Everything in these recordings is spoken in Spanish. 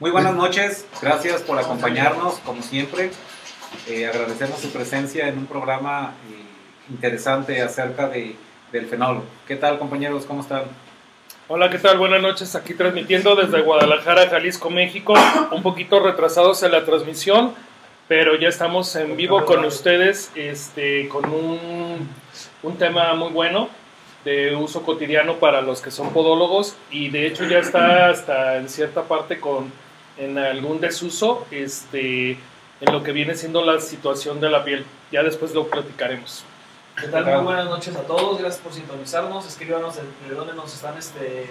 Muy buenas noches, gracias por acompañarnos, como siempre. Eh, agradecemos su presencia en un programa eh, interesante acerca de, del fenol. ¿Qué tal, compañeros? ¿Cómo están? Hola, ¿qué tal? Buenas noches. Aquí transmitiendo desde Guadalajara, Jalisco, México. Un poquito retrasados en la transmisión, pero ya estamos en vivo con ustedes este, con un, un tema muy bueno de uso cotidiano para los que son podólogos y de hecho ya está hasta en cierta parte con en algún desuso este, en lo que viene siendo la situación de la piel. Ya después lo platicaremos. ¿Qué tal? Muy buenas noches a todos, gracias por sintonizarnos, escríbanos de, de dónde nos están este,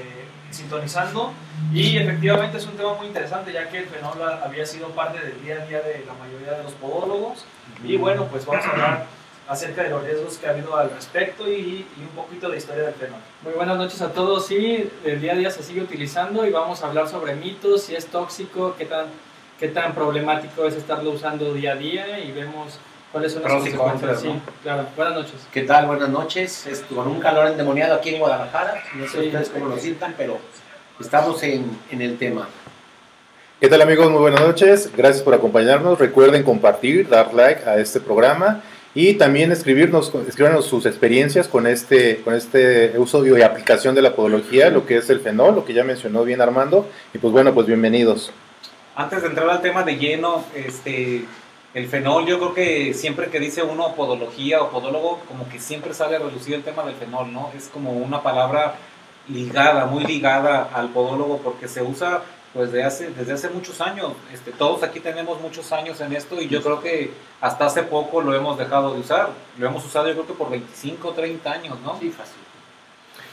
sintonizando y efectivamente es un tema muy interesante ya que el fenol ha- había sido parte del día a día de la mayoría de los podólogos y bueno, pues vamos a hablar acerca de los riesgos que ha habido al respecto y, y un poquito de historia del fenol. Muy buenas noches a todos. Sí, el día a día se sigue utilizando y vamos a hablar sobre mitos, si es tóxico, qué tan, qué tan problemático es estarlo usando día a día y vemos cuáles son las Pros y consecuencias. contras, ¿no? Sí, claro. Buenas noches. ¿Qué tal? Buenas noches. Es con un calor endemoniado aquí en Guadalajara. No sé Sí. ustedes cómo lo sientan, pero estamos en, en el tema. ¿Qué tal amigos? Muy buenas noches. Gracias por acompañarnos. Recuerden compartir, dar like a este programa y también escribirnos, escribirnos sus experiencias con este, con este uso y aplicación de la podología, lo que es el fenol, lo que ya mencionó bien Armando. Y pues bueno, pues bienvenidos. Antes de entrar al tema de lleno, este, el fenol, yo creo que siempre que dice uno podología o podólogo, como que siempre sale a relucir el tema del fenol, ¿no? Es como una palabra ligada, muy ligada al podólogo, porque se usa pues de hace, desde hace muchos años. Este, todos aquí tenemos muchos años en esto y yo creo que hasta hace poco lo hemos dejado de usar. Lo hemos usado yo creo que por 25 o 30 años, ¿no? Sí, fácil.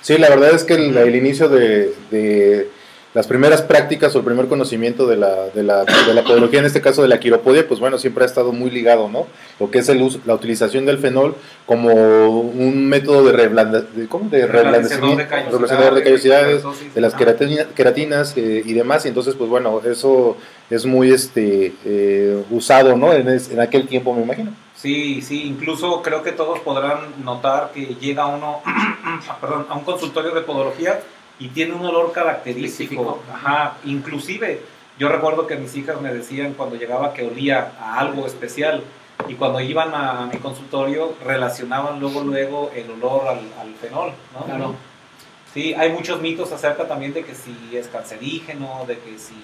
Sí, la verdad es que el, el inicio de, de las primeras prácticas o el primer conocimiento de la, de, la, de la podología, en este caso de la quiropodia, pues bueno, siempre ha estado muy ligado, ¿no? Lo que es el uso- la utilización del fenol como un método de, reblande- de, ¿cómo? de Reblandecedor reblandecimiento, reblandecedor de callosidades, de las Ajá. queratina- queratinas eh, y demás, y entonces, pues bueno, eso es muy este eh, usado, ¿no? En, es- en aquel tiempo, me imagino. Sí, sí, incluso creo que todos podrán notar que llega uno ah, perdón, a un consultorio de podología y tiene un olor característico. Específico. Ajá, inclusive yo recuerdo que mis hijas me decían cuando llegaba que olía a algo especial y cuando iban a, mi consultorio relacionaban luego luego el olor al, al fenol, ¿no? Claro. Sí, hay muchos mitos acerca también de que si es cancerígeno, de que si,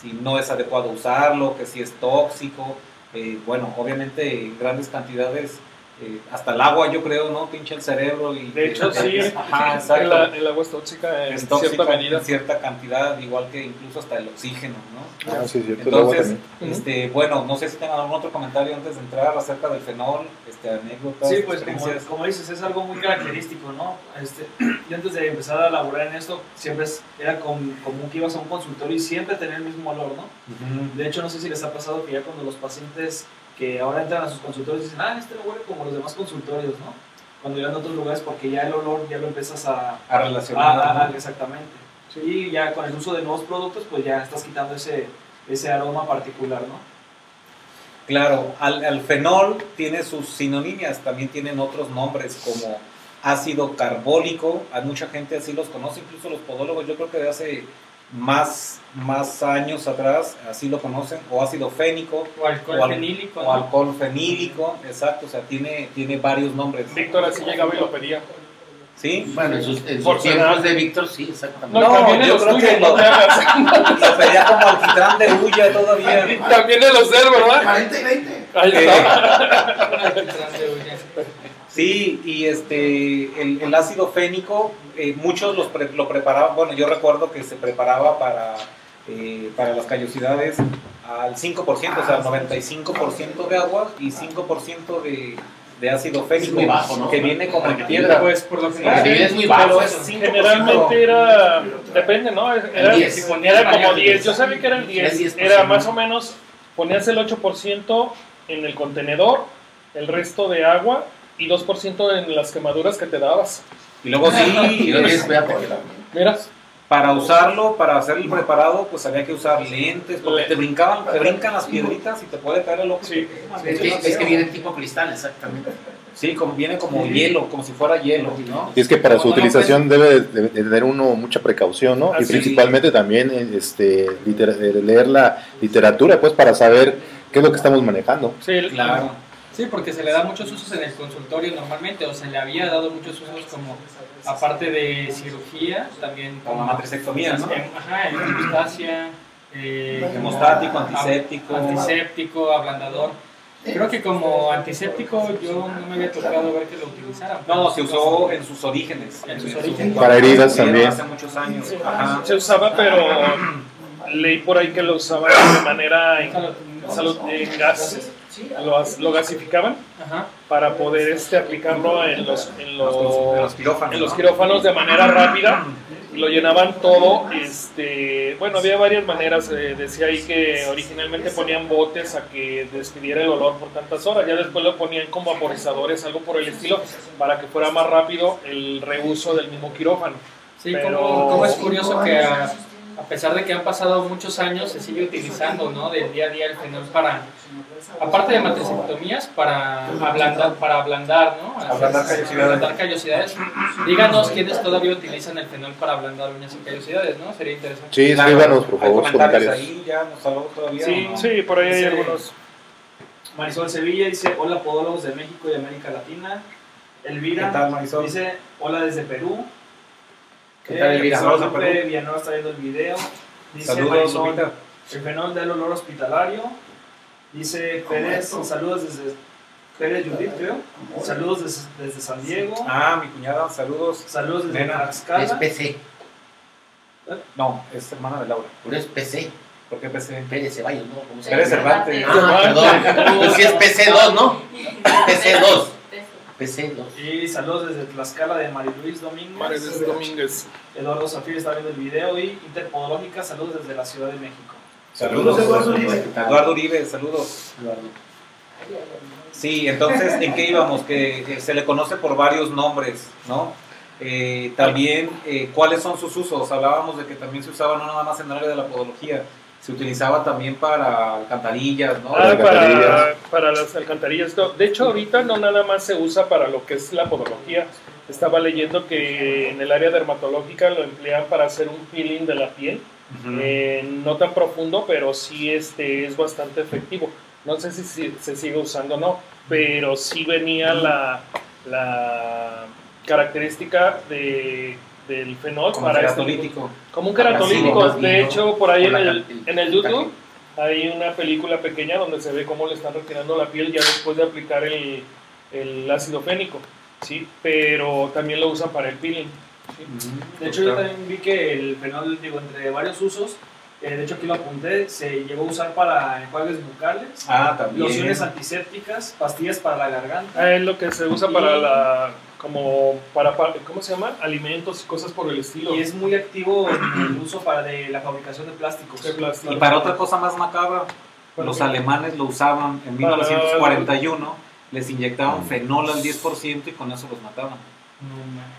si no es adecuado usarlo, que si es tóxico. Eh, bueno, obviamente en grandes cantidades, eh, hasta el agua yo creo, ¿no? Pincha el cerebro y... De hecho, sí. Ajá, El, a- exacto. el agua es tóxica en Es tóxica cierta medida. en cierta cantidad, igual que incluso hasta el oxígeno, ¿no? Ah, sí, cierto, el agua Entonces, también. Ujú. este, bueno, no sé si tengan algún otro comentario antes de entrar acerca del fenol, este, anécdotas, Sí, pues como, experiencias. como dices, es algo muy característico, ¿no? Este, yo antes de empezar a laborar en esto, siempre es- era com- común que ibas a un consultorio y siempre tenía el mismo olor, ¿no? Ujú. De hecho, no sé si les ha pasado que ya cuando los pacientes que ahora entran a sus consultorios dicen, ah, este no huele como los demás consultorios, ¿no? Cuando llegan a otros lugares porque ya el olor ya lo empiezas a... A a- Ah, relacionar, a- ¿no? a- exactamente. Y ya con el uso de nuevos productos, pues ya estás quitando ese, ese aroma particular, ¿no? Claro, al, al fenol tiene sus sinonimias, también tienen otros nombres como ácido carbólico, a mucha gente así los conoce, incluso los podólogos, yo creo que de hace más, más años atrás así lo conocen, o ácido fénico, O alcohol O al- fenílico. o ¿no? alcohol fenílico, exacto, o sea, tiene, tiene varios nombres. Víctor así llegaba y lo pedía. ¿Sí? Bueno, en sus, en sus Por su edad. tiempos de Víctor, sí, exactamente. No, No, también en yo los creo tuyos, que no no. te hagas. Lo pedía como alquitrán de huya todavía. Eh, También en los del, ¿verdad? 40 y 20. Ahí está. Sí, y este, el, el ácido fénico, eh, muchos los pre- lo preparaban, bueno, yo recuerdo que se preparaba para, eh, para las callosidades al 5%, o sea, 95% de agua y 5% de, de ácido fénico, muy bajo, ¿no? que viene como en piedra. Pues por lo La general. actividad es muy Pero bajo. es 5%. Generalmente era, depende, ¿no? Era, El 10. era como 10, yo sabía que era el 10, 10%. era más o menos, ponías el 8% en el contenedor, el resto de agua y 2% en las quemaduras que te dabas. Y luego sí, Y lo ves, vea, porque la- Mira, para usarlo, para hacer el preparado, pues había que usar lentes, porque Lentes. te brincaban, te brincan las piedritas y te puede caer el ojo. Sí. Es que, es que viene tipo cristal, exactamente. Sí, como, viene como hielo, como si fuera hielo, ¿no? Y es que para su Bueno, utilización debe de- de tener uno mucha precaución, ¿no? Así Y es. principalmente también este, litera- eh, leer la literatura, pues, para saber qué es lo que estamos manejando. Sí, Claro. Sí, porque se le da muchos usos en el consultorio normalmente, o se le había dado muchos usos como, aparte de cirugía, también Como como- matricectomía, ¿no? Em- Ajá, hemostasia, eh, Hemostático, ab- antiséptico. antiséptico, ablandador. Creo que como antiséptico yo no me había tocado ver que lo utilizaran. No, se usó en sus orígenes. En sus orígenes. cuando Para heridas murieron también. Hace muchos años. Ajá. se usaba, pero leí por ahí que lo usaban de manera en, salud- en gas, lo, as- lo gasificaban Ajá. para poder este, aplicarlo en los, en Los, en los los, quirófanos. en los ¿no? quirófanos de manera rápida. Lo llenaban todo, este, bueno, había varias maneras, eh, decía ahí que originalmente ponían botes a que despidiera el olor por tantas horas, ya después lo ponían como vaporizadores, algo por el estilo, para que fuera más rápido el reuso del mismo quirófano. Sí, Pero- como, como es curioso que a, a pesar de que han pasado muchos años, se sigue utilizando, ¿no? Del día a día el fenol para, aparte de matricectomías, para ablandar, para ablandar ¿no? Ablandar callosidades. Ablandar callosidades. Díganos quiénes todavía utilizan el fenol para ablandar unas callosidades, ¿no? Sería interesante. Sí, Claro. escríbanos, por ¿Hay favor, sus comentarios. ahí? ¿Ya nos habló todavía? Sí, o no? sí, por ahí hay Sí. algunos. Marisol Sevilla dice, hola podólogos de México y América Latina. ¿Qué Elvira tal, Marisol? dice, hola desde Perú. ¿Qué tal, Elvira? Saludos Saludos a Perú. Villanueva está viendo el video. Dice Saludos, Marisol, Lupita. el fenol da el olor hospitalario. Dice Pérez, saludos desde Pérez Judith, creo. Saludos des- desde San Diego. Ah, mi cuñada, saludos. Saludos desde Nena. Es Tlaxcala. PC, No, es hermana de Laura. no es PC. ¿Por qué empecé? Pérez Ceballos, ¿no? ¿Cómo se Pérez llama? Cervantes. Ah, perdón. Pues sí es PC2, ¿no? PC2. PC2. Y saludos desde Tlaxcala de Mariluis Domínguez. Mares Domínguez. Eduardo Zafir está viendo el video. Y Interpodológica, saludos desde la Ciudad de México. Saludos, Eduardo Uribe. Eduardo Uribe, saludos. Eduardo. Sí, entonces, ¿en qué íbamos? Que eh, se le conoce por varios nombres, ¿no? Eh, también, eh, ¿cuáles son sus usos? Hablábamos de que también se usaba no nada más en el área de la podología, se utilizaba también para alcantarillas, ¿no? Ah, Para para, alcantarillas. para las alcantarillas. No, De hecho, ahorita no nada más se usa para lo que es la podología. Estaba leyendo que en el área dermatológica lo emplean para hacer un peeling de la piel. Ujú. Eh, no tan profundo, pero sí este, es bastante efectivo. No sé si, si- se sigue usando o no, pero sí venía la, la característica de, del fenol Como para este tipo- teratolítico. Como un Abrasivo, queratolítico. más bien, De ¿no? hecho, por ahí Por en la el, característica en el YouTube hay una película pequeña donde se ve cómo le están retirando la piel ya después de aplicar el, el ácido fénico. Sí, pero también lo usan para el peeling. Ujú. pues De hecho, yo también vi que el fenol, digo, entre varios usos, eh, de hecho aquí lo apunté, se llegó a usar para enjuagues bucales, Ah, también. lociones antisépticas, pastillas para la garganta. Ah, Es lo que se usa para la como para, para- ¿cómo se llama? Alimentos y cosas por el estilo. Y es muy activo en el uso para de la fabricación de plásticos. De plástico. Y para otra cosa más macabra, Bueno, los sí. alemanes lo usaban en Para- 1941, les inyectaban fenol al 10% y con eso los mataban. No, no.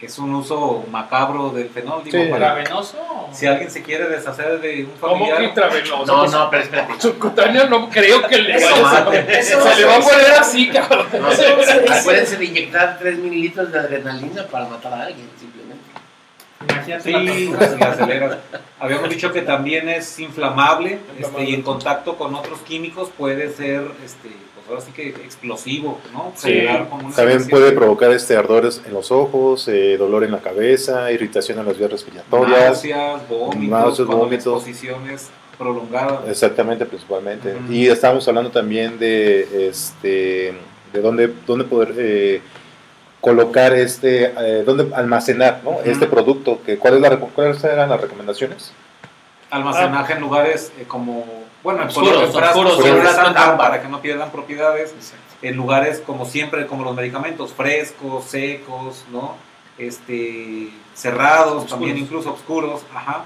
Es un uso macabro del fenol. Digo, Sí. para- ¿Intravenoso? o- si alguien se quiere deshacer de un ¿Cómo que familiar, intravenoso? No, Pues, no, pero espérate. Subcutáneo no creo que le Eso vaya a mate. Se le va a poner así, cabrón. No, acuérdense de inyectar 3 mililitros de adrenalina para matar a alguien, simplemente. Imagínate la sí, tortura. se le acelera. Habíamos dicho que también es inflamable, este, y en contacto con otros químicos puede ser, este, pues ahora sí que explosivo, ¿no? Sí. Generar como una También explosión. puede provocar este ardores en los ojos, eh, dolor en la cabeza, irritación en las vías respiratorias. náuseas, vómitos, náuseas, cuando hay vómitos. exposiciones prolongadas. Exactamente, principalmente. Ujú. Y estábamos hablando también de este de dónde, dónde poder eh, colocar este, eh, dónde almacenar ¿no? Ujú. este producto. Que, ¿cuál es la, reco- ¿Cuáles eran las recomendaciones? almacenaje en lugares eh, como bueno en Oscuros, en frascos, oscuros, sobre oscuros, las no andan trampa. para que no pierdan propiedades en lugares como siempre como los medicamentos frescos secos no este cerrados también incluso oscuros ajá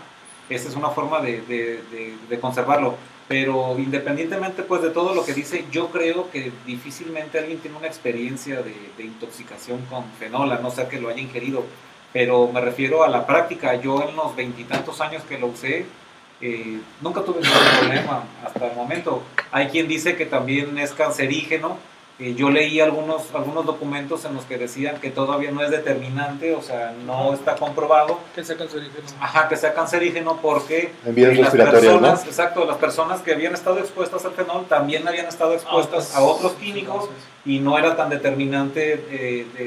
esta es una forma de, de- de- de conservarlo pero independientemente pues de todo lo que dice yo creo que difícilmente alguien tiene una experiencia de, de intoxicación con fenol a no ser que lo haya ingerido pero me refiero a la práctica yo en los veintitantos años que lo usé eh, nunca tuve ningún problema hasta el momento. Hay quien dice que también es cancerígeno, Eh, yo leí algunos, algunos documentos en los que decían que todavía no es determinante, o sea, no está comprobado. Que sea cancerígeno. Ajá, que sea cancerígeno porque En vías eh, las respiratorias, personas, exacto, las personas que habían estado expuestas al fenol también habían estado Ah, expuestas Ah, pues, pues, a otros químicos y no era tan determinante eh, de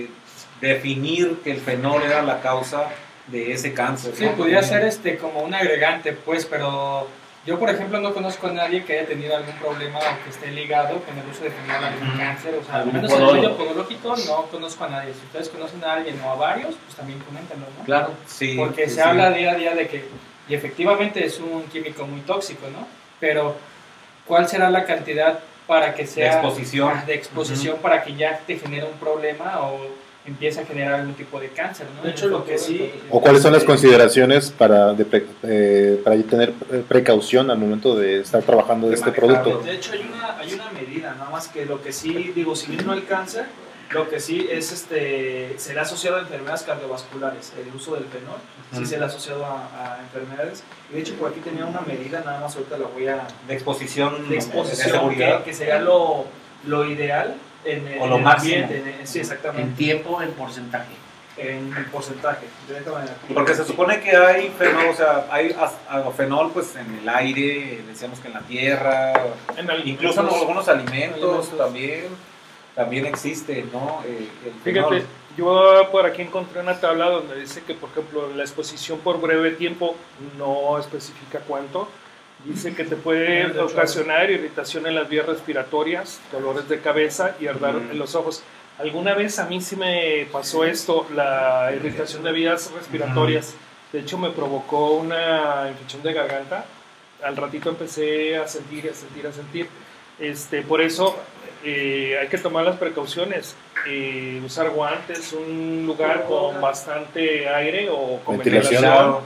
definir que el fenol era la causa de ese cáncer. Sí, ¿no? pudiera ser este como un agregante, pues, pero yo, por ejemplo, no conozco a nadie que haya tenido algún problema o que esté ligado con el uso de fenol a algún cáncer. O sea, al Algún menos en el podólogo. rollo podológico no conozco a nadie. Si ustedes conocen a alguien o a varios, pues también coméntenlo, ¿no? Claro, sí. Porque sí, se sí. habla día a día de que, y efectivamente es un químico muy tóxico, ¿no? Pero, ¿cuál será la cantidad para que de sea... exposición. Ah, de exposición para que ya te genere un problema o empiece a generar algún tipo de cáncer, ¿no? De hecho, lo que sí- ¿O cuáles son las consideraciones para, de pre- eh, para tener eh, precaución al momento de estar trabajando de, De este manejarlo. producto? De hecho, hay una, hay una medida, nada más que lo que sí, digo, si bien no hay cáncer, lo que sí es este, se le ha asociado a enfermedades cardiovasculares, el uso del fenol, sí Ujú. se le ha asociado a, a enfermedades. Y de hecho, por aquí tenía una medida, nada más ahorita la voy a. de exposición, de Mm, de exposición, que, seguridad. que sería lo, lo ideal en el, O lo en el máximo. Mm. ambiente, en el- sí, En exactamente, tiempo, en porcentaje. en, el porcentaje. De esta manera. Porque se supone que hay fenol, o sea, hay as- a- fenol pues en el aire, decíamos que en la tierra, En algún- incluso en algunos alimentos Alimentos. también, también existe, ¿no? Eh, el fenol. Fíjate, yo por aquí encontré una tabla donde dice que, por ejemplo, la exposición por breve tiempo no especifica cuánto. Dice que te puede ocasionar irritación en las vías respiratorias, dolores de cabeza y ardor en los ojos. Alguna vez a mí sí me pasó esto, la irritación de vías respiratorias. De hecho, me provocó una infección de garganta. Al ratito empecé a sentir, a sentir, a sentir. Este, por eso eh, hay que tomar las precauciones, eh, usar guantes, un lugar con bastante aire o con Ventilación. ventilación,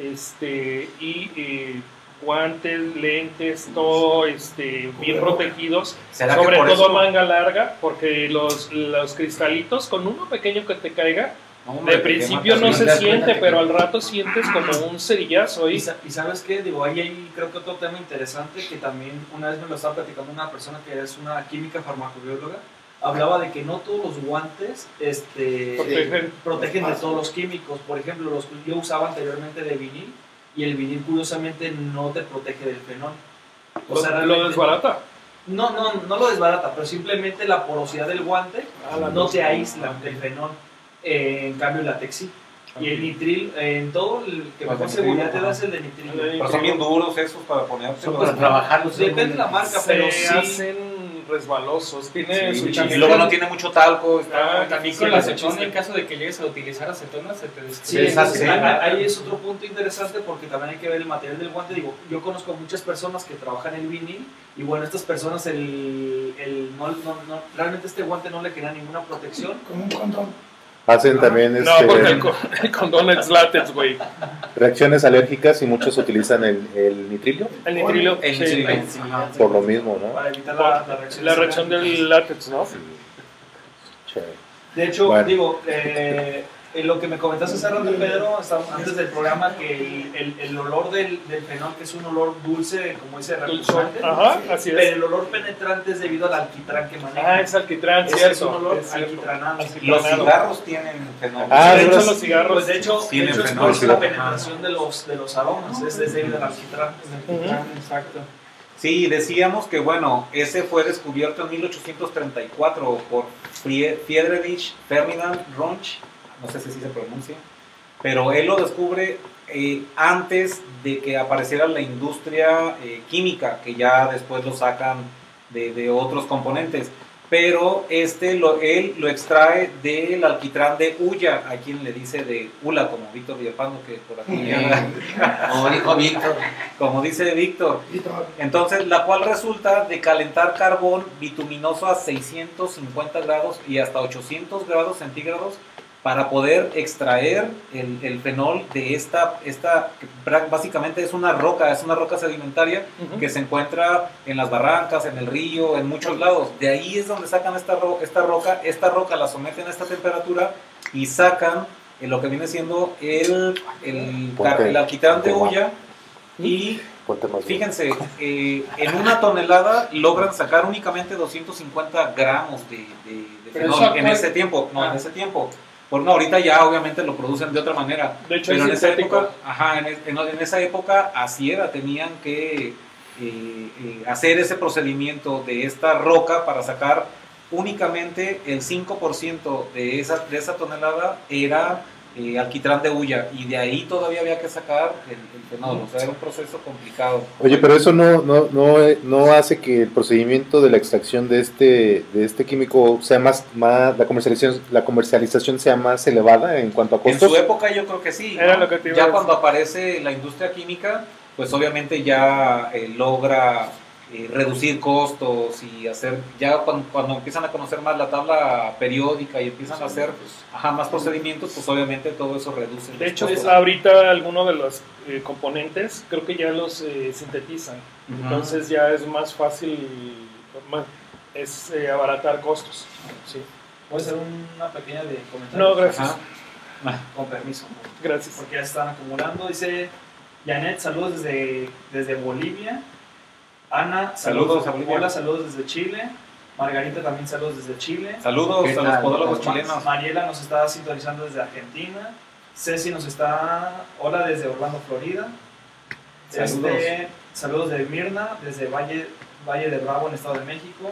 este, y eh, guantes, lentes, todo este, bien protegidos, ¿Será que sobre por todo eso? manga larga, porque los, los cristalitos con uno pequeño que te caiga, No, hombre, de qué principio maravilla. no se das cuenta siente, que- pero al rato sientes como un cerillazo Y, y sa- y sabes qué, digo, ahí hay creo que otro tema interesante que también una vez me lo estaba platicando una persona que es una química farmacobióloga, hablaba de que no todos los guantes este, protegen. protegen de todos los químicos. Por ejemplo, los que yo usaba anteriormente de vinil y el vinil curiosamente no te protege del fenol. O sea, Lo- lo realmente- desbarata. No, no, no lo desbarata, pero simplemente la porosidad del guante no te aísla del fenol. Eh, en cambio, el látex sí. Y el nitril, eh, en todo el que Los mejor de seguridad te nitrilo, da es el de nitrilo. Pero son bien duros esos para ponerse. pues, Son para trabajarlos. Depende de la marca, pero se sí. hacen resbalosos, tiene su y chance. luego no tiene mucho talco, está Ah, canijo. Y con la acetona, en caso de que llegues a utilizar acetona, se te Sí, destruye. es así. entonces, Ah, ahí, ahí es otro punto interesante porque también hay que ver el material del guante. Digo, yo conozco muchas personas que trabajan el vinil y bueno, estas personas el, el- no- no- no- realmente este guante no le genera ninguna protección. Como un condón. Hacen también No, este, porque el, con- el condón es látex, güey. reacciones alérgicas y muchos utilizan el, el nitrilio El nitrilo. El sí. nitrilo. Ajá. por lo mismo, ¿no? Para evitar la, la reacción. La reacción del látex, ¿no? Chévere. De hecho, Bueno. digo, eh, en lo que me comentaste hace rato, Pedro, hasta antes del programa, que el, el- el olor del, del fenol, que es un olor dulce, como dice, Dulzón. repugnante, Ajá, así pero es. el olor penetrante es debido al alquitrán que maneja. Ah, es alquitrán, Ese cierto. es un olor es cierto. alquitranado. Los Alquitranado. cigarros tienen fenol. Ah, de hecho, los- los cigarros. Pues de hecho, de Tienen hecho es fenol, por sí. la penetración de los, de los aromas, es desde el alquitrán. Exacto. Sí, decíamos que bueno, ese fue descubierto en 1834 por Frie- Friedrich Ferdinand Ronch, no sé si así se pronuncia, pero él lo descubre eh, antes de que apareciera la industria eh, química, que ya después lo sacan de, de otros componentes. Pero este lo, él lo extrae del alquitrán de Ulla, a quien le dice de Ula, como Víctor Villapando, que por aquí anda, Como dijo Víctor. como dice Víctor. Y todo. Entonces, la cual resulta de calentar carbón bituminoso a 650 grados y hasta 800 grados centígrados para poder extraer el, el fenol de esta, esta, que prá- básicamente es una roca, es una roca sedimentaria Ujú. que se encuentra en las barrancas, en el río, en muchos lados. De ahí es donde sacan esta, ro- esta roca, esta roca la someten a esta temperatura y sacan eh, lo que viene siendo el, el, Ponte- car- el alquitrán de ponte guapo. olla y Ponte más bien. Fíjense, eh, en una tonelada logran sacar únicamente 250 gramos de, de- de Pero fenol eso en actual- ese tiempo. No, Ah. en ese tiempo. Por no, ahorita ya obviamente lo producen de otra manera. De hecho, Pero en es esa sintético. época, ajá, en, es- en- en esa época así era, tenían que eh, eh, hacer ese procedimiento de esta roca para sacar únicamente el 5% de esa, de esa tonelada era eh, alquitrán de hulla y de ahí todavía había que sacar el, el fenol, o sea, era un proceso complicado. Oye, pero eso no, no, no, no hace que el procedimiento de la extracción de este, de este químico sea más, más la comercialización, la comercialización sea más elevada en cuanto a En su costos. época yo creo que sí. Era ¿no? lo que te iba a ya decir. cuando aparece la industria química, pues obviamente ya eh, logra eh, reducir costos y hacer, ya cuando, cuando empiezan a conocer más la tabla periódica y empiezan a hacer ajá, más procedimientos, pues obviamente todo eso reduce. los De hecho, es costos. ahorita alguno de los eh, componentes, creo que ya los eh, sintetizan. Ah. Ujú. Entonces ya es más fácil, más- es eh, abaratar costos. Sí. Voy a hacer una pequeña de comentario. No, gracias. Ajá. Con permiso. Gracias. Porque ya se están acumulando. Dice Janet, saludos desde, desde Bolivia. Ana, saludos. Saludos a Bolivia. Hola, saludos desde Chile. Margarita también saludos desde Chile. Saludos ¿Qué a los tal? podólogos ¿Cómo chilenos. Mariela nos está sintonizando desde Argentina. Ceci nos está. Hola desde Orlando, Florida. Saludos. Este, saludos de Mirna, desde Valle, Valle de Bravo, en Estado de México.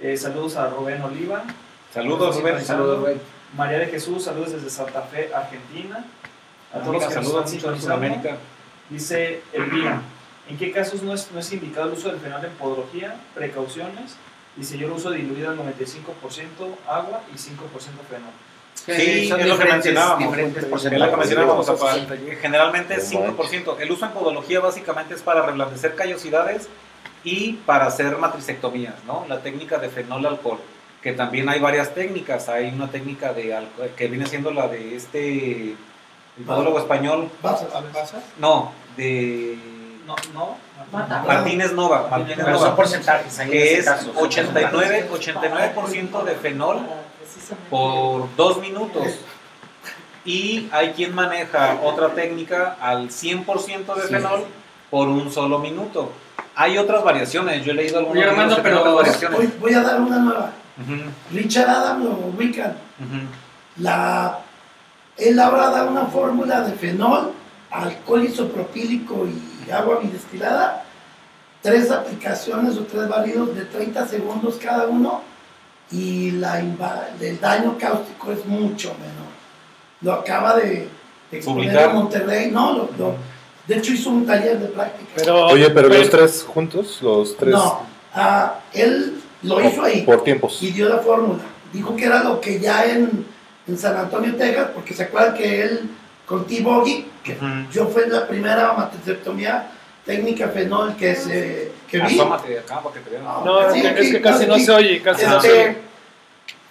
Eh, saludos a Rubén Oliva. Saludos, Rubén. Saludos, María de Jesús, saludos desde Santa Fe, Argentina. A todos los América, que nos saludos están mucho a sintonizando. Sudamérica. Dice Elvira, ¿en qué casos no es, no es indicado el uso del fenol en podología? Precauciones. Dice, yo lo uso diluido al 95% agua y 5% fenol. Sí, son es lo que diferentes- mencionábamos. diferentes Es porcentajes. lo que mencionábamos, Sí. papá. Generalmente es No 5%. El uso en podología básicamente es para reblandecer callosidades y para hacer matricectomías, ¿no? La técnica de fenol alcohol, que también hay varias técnicas. Hay una técnica de alco- que viene siendo la de este el podólogo español, no, de No, no. Mata. Martínez Nova, Martínez Pero son Nova, porcentajes ahí que en es ese caso. 89, 89% de fenol por dos minutos. Y hay quien maneja otra técnica al 100% de fenol por un solo minuto. Hay otras variaciones, yo he leído algunas Oye, Armando, pero- variaciones. Voy, voy a dar una nueva. Ujú, Richard Adam lo ubican. ujú. La, él habrá dado una fórmula de fenol, alcohol isopropílico y agua bidestilada. Tres aplicaciones o tres barridos de 30 segundos cada uno. Y la inva- el daño cáustico es mucho menor. Lo acaba de, de exponer Publicar. en Monterrey. No, lo- lo- de hecho hizo un taller de práctica. Pero, Oye, pero los bueno, tres juntos, los tres No, ah, él lo hizo ahí. por tiempos. y dio la fórmula. Dijo que era lo que ya en, en San Antonio, Texas, porque se acuerdan que él con T-Boggy, que Ujú. yo fue la primera matricectomía técnica fenol que, se, que vi. Asómate de acá para que te vean. Ah, Ah, No, sí, es que, es sí, que casi sí. no se oye, casi no se oye. Este,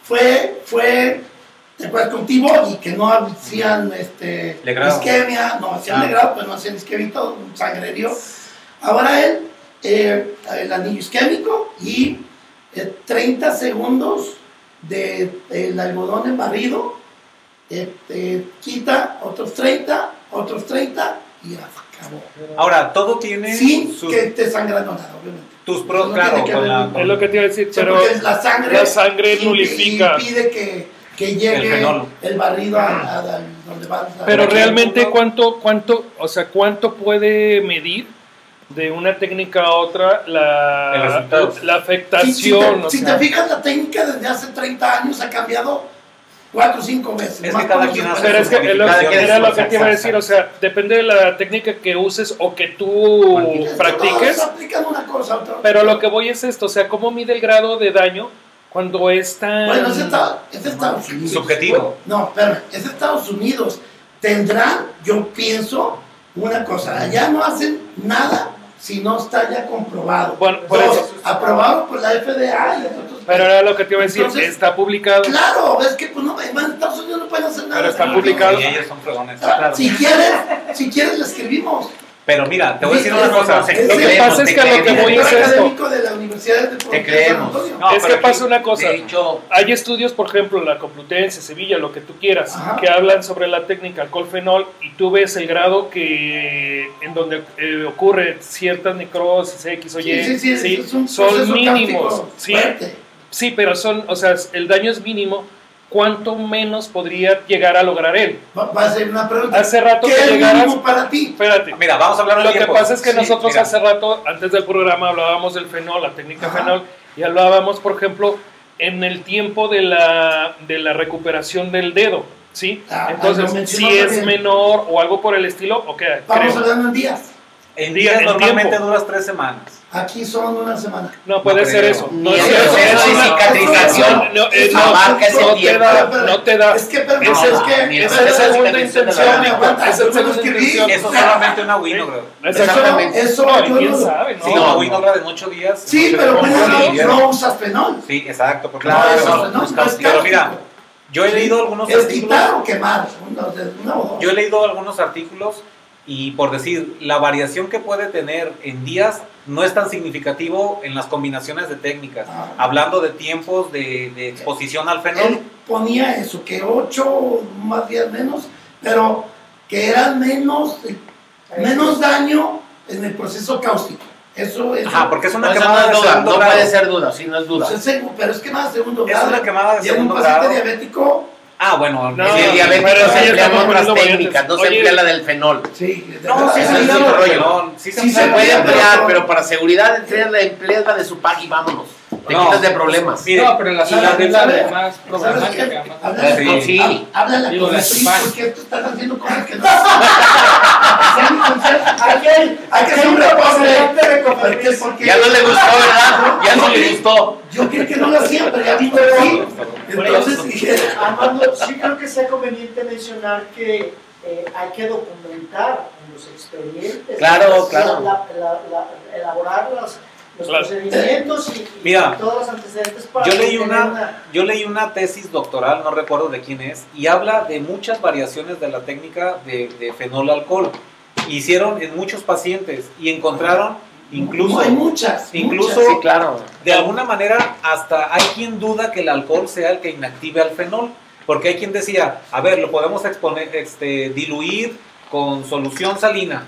fue, fue, ¿te acuerdas con T-Boggy? Que no hacían este, Legrado. isquemia, no hacían Ah. legrado, pues no hacían isquemia y todo, un sangrerío. Ahora él, eh, el anillo isquémico y eh, 30 segundos de, del algodón en barrido, eh, eh, quita otros 30, otros 30 y ya se acabó. Ahora, todo tiene Sin sus, que te sangrando nada, obviamente. tus pros, no claro. tiene que con la- haber- con- Es lo que te iba a decir, O sea, pero porque la sangre, la sangre impi- nulifica. impide que, que llegue El fenol. el, barrido a, a- a donde va. a- Pero a- realmente cuánto, cuánto, o sea, cuánto puede medir de una técnica a otra El la, resultado. la Si, si te- afectación. o si te, sea. fijas, la técnica desde hace 30 años ha cambiado 4 o 5 veces. Es más que cada o menos quien hace por Pero es que es lo, Cada quien era es lo su que te iba a decir, o sea, depende de la técnica que uses o que tú eso. Todos practiques, aplican una cosa a otra. pero lo que voy es esto, o sea, ¿cómo mide el grado de daño cuando es tan... Bueno, es, Estados, es Estados Unidos. Subjetivo. No, espérame, es Estados Unidos. Tendrán, yo pienso, una cosa. Allá no hacen nada si no está ya comprobado. Bueno, por Dos, eso. aprobado por la FDA y nosotros- Pero era lo que te iba a decir, Entonces- está publicado. Claro, es que pues no, en Estados Unidos no pueden hacer nada. Pero está No, publicado. Y ellos son fregones. no. Si quieres, si quieres le escribimos. Pero mira, te voy a decir una Listo, cosa. no, Te ese- Lo que creemos, pasa es te que lo que creemos. voy es director esto. académico de la Universidad de Te Puebla, creemos. San Antonio. No, Es pero que pasa una cosa. De hecho, Hay estudios, por ejemplo, la Complutense, Sevilla, lo que tú quieras, Ajá. que hablan sobre la técnica colfenol y tú ves el grado que en donde eh, ocurre ciertas necrosis X o Y, Sí, sí, sí, es- sí, es un son proceso mínimos, táctico sí, fuerte. sí, pero son, o sea, el daño es mínimo. ¿Cuánto menos podría llegar a lograr él? Va, va a ser una pregunta. Hace rato ¿Qué que es llegaras- mínimo para ti? Espérate, Mira, vamos a hablar de Lo que tiempo. pasa es que Sí, nosotros mira. hace rato, antes del programa, hablábamos del fenol, la técnica Ajá. fenol, y hablábamos, por ejemplo, en el tiempo de la, de la recuperación del dedo, ¿sí? Ah, ah, lo Entonces, si mencionó es también. menor o algo por el estilo, ok, Vamos creo. hablando en días. En Diga, días en normalmente tiempo. duras tres semanas. Aquí son una semana. No puede No ser creo. eso. No Ni es el cierto, proceso es de una- cicatrización no, no, eh, no, abarca ese no te tiempo. da, no te da. Es que, pero pues, Esa es es- que. esa es la segunda É, intención. Espérame, aguanta, Esa es la yo lo segunda escribí. intención. Eso es solamente una Winograd. Exactamente. Eso No, y yo quién no- sabe, Sí, ¿no? una no. Winograd en ocho días. Sí, Ocho pero días. bueno, Sí, no, bien. no usas fenol. Sí, exacto. Porque Claro, no, eso. no, no, no es no es cáustico. Pero mira, cáustico. yo he leído algunos Es artículos. quitar o quemar. uno de- uno o dos. Yo he leído algunos artículos y por decir, la variación que puede tener en días no es tan significativo en las combinaciones de técnicas. Ah. Hablando de tiempos de, de exposición al fenol. Él ponía eso, que ocho, más días menos, pero que era menos, menos daño en el proceso cáustico. Eso es. Ajá, porque es una No, esa quemada no de es duda, segundo no grado. puede ser duda, sí, no es duda. Pues es segu- pero es que más segundo Es una quemada de Y en un segundo paciente grado. diabético, Ah, bueno, No, Si sí, el pero diabético sí, se emplean estamos otras poniendo variantes. técnicas, no se Oye. emplea la del fenol. sí. de No, verdad, sí Ese se es emplea otro la del rollo. fenol, sí se Sí emplea se Se la puede del emplea, fenol. emplear, pero- pero para seguridad empleas la, empleas la de su pack y vámonos. Te No. quitas de problemas. Sí. No, pero la Y sala la es la de- de más ¿sabes qué? problemática. más- Habla- Sí. No, sí. Ah. hab- Háblale Digo, con de la su actriz, pan. porque tú estás haciendo cosas que no. Sea mi consejo. Hay que hacer un reporte. Porque- porque- Ya no le gustó, ¿verdad? Ya no le gustó. Yo creo que no lo hacía, pero ya vi que sí. Entonces dije, Armando, sí creo que sea conveniente mencionar que eh, hay que documentar los expedientes. Claro, la- claro. la- la- la- elaborar las- los Claro. procedimientos y, y Mira, todos los antecedentes para Ah. yo leí tener una- Yo leí una tesis doctoral, no recuerdo de quién es, y habla de muchas variaciones de la técnica de, de fenol alcohol. Hicieron en muchos pacientes y encontraron incluso... no, hay muchas. incluso- muchas. Sí, claro. De alguna manera, hasta hay quien duda que el alcohol sea el que inactive al fenol, porque hay quien decía, a ver, lo podemos exponer, este, diluir con solución salina,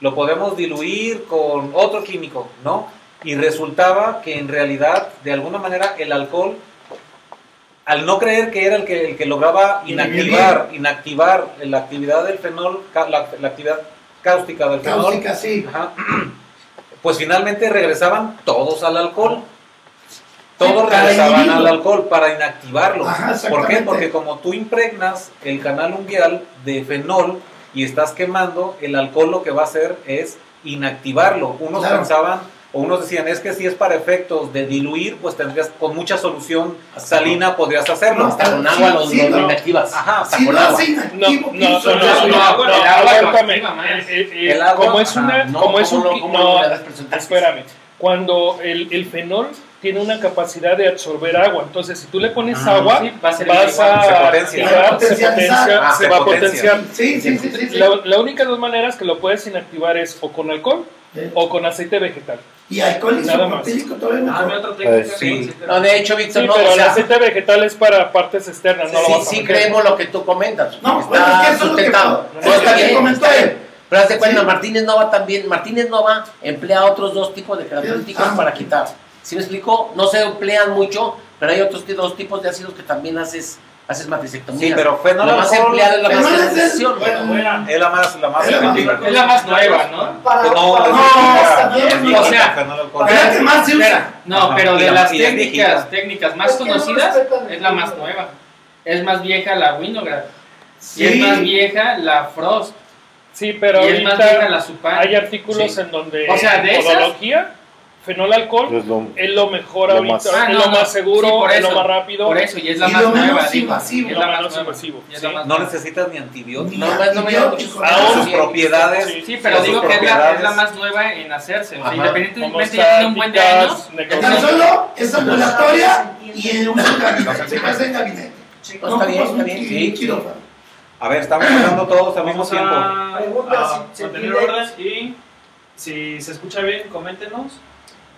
lo podemos diluir con otro químico, ¿no? Y resultaba que en realidad, de alguna manera, el alcohol, al no creer que era el que, el que lograba Inhibir. inactivar, inactivar la actividad del fenol, ca- la, la actividad cáustica del fenol, Cáustica, sí. Ajá. Pues finalmente regresaban todos al alcohol. Todos Sí, para regresaban inhibirlo. al alcohol para inactivarlo. Ajá, ¿Por qué? exactamente. Porque como tú impregnas el canal unguial de fenol y estás quemando, el alcohol lo que va a hacer es inactivarlo. Unos Claro. pensaban o unos decían, es que si es para efectos de diluir, pues tendrías con mucha solución salina podrías hacerlo. No. Hasta con agua Sí, los sí, los no. Ah. inactivas. Ajá, hasta Si con lo agua. hace No, inactivo, no, pienso no, que no, hace- no, el no, agua aguántame. activa más. Eh, eh, eh, El agua, Como es una, ajá, no, como es un, ¿cómo qui- no, cómo no, le das porcentajes? espérame. Cuando el, el fenol tiene una capacidad de absorber agua, entonces si tú le pones Ah, agua, sí, va a ser vas igual. a Se potencia. activar, se Potencializar. potencia, Ah, se se va a potencia. potenciar. Sí, sí, sí, sí. sí. La, la única dos maneras que lo puedes inactivar es o con alcohol Sí. o con aceite vegetal. Y alcohol Nada más. isopropílico todavía Ah, mejor. mi otra técnica. Pues, sí. consiste- No, de hecho, Víctor, Sí, no, pero o el sea, aceite vegetal es para partes externas, no lo sí, vas a sí meter. creemos lo que tú comentas. No, está bueno, es que eso es lo que- sustentado. es No, lo está que bien, comentó está él. bien. Pero haz de cuenta, Sí. Martínez Nova también. Martínez Nova emplea otros dos tipos de características Ah. para quitar. ¿Sí me explico? No se emplean mucho, pero hay otros t- dos tipos de ácidos que también haces, haces matricectomía. Sí, pero fenol la más alcohol empleada es la Pero más no es el- decisión. bueno, Buena. es la más, la más Es la más- efectiva. Es la más nueva, ¿no? Para, Pues no, para- es no, viejita, también, es viejita, o sea, Fernando Alcohol. Porque es la que más se usa. No, Ajá, pero y de la- las y es técnicas, viejita. técnicas más Es que no conocidas respetan el es la más tiempo. nueva. Es más vieja la Winograd. Sí. Y es más vieja la Frost. Sí, pero y es más vieja ahorita la Supan. hay artículos Sí. en donde O sea, de esas- podología, fenol alcohol Es lo- es lo mejor Lo ahorita, más- Ah, es no, lo no. más seguro, Sí, por es lo eso, más rápido. Por eso, y es la Y más lo menos nueva. digo. invasivo. Y Es es lo la menos más nueva. invasivo, Y es la sí. más No nueva. necesitas ni antibióticos. No, no, no me da mucho- Antibióticos. Aún sus propiedades. Sí, Sí, pero Sus digo que es la, propiedades. es la más nueva en hacerse. O sea, Ajá. independientemente ya tiene un buen de años. Tan necrosis. solo es ambulatoria y en un gabinete. pues, Se pasa en gabinete. No, está bien, está bien. Sí, quirófano. A ver, estamos hablando todos al mismo tiempo. a, Pregunta a si se Ah, mantener pide- orden y si se escucha bien, coméntenos.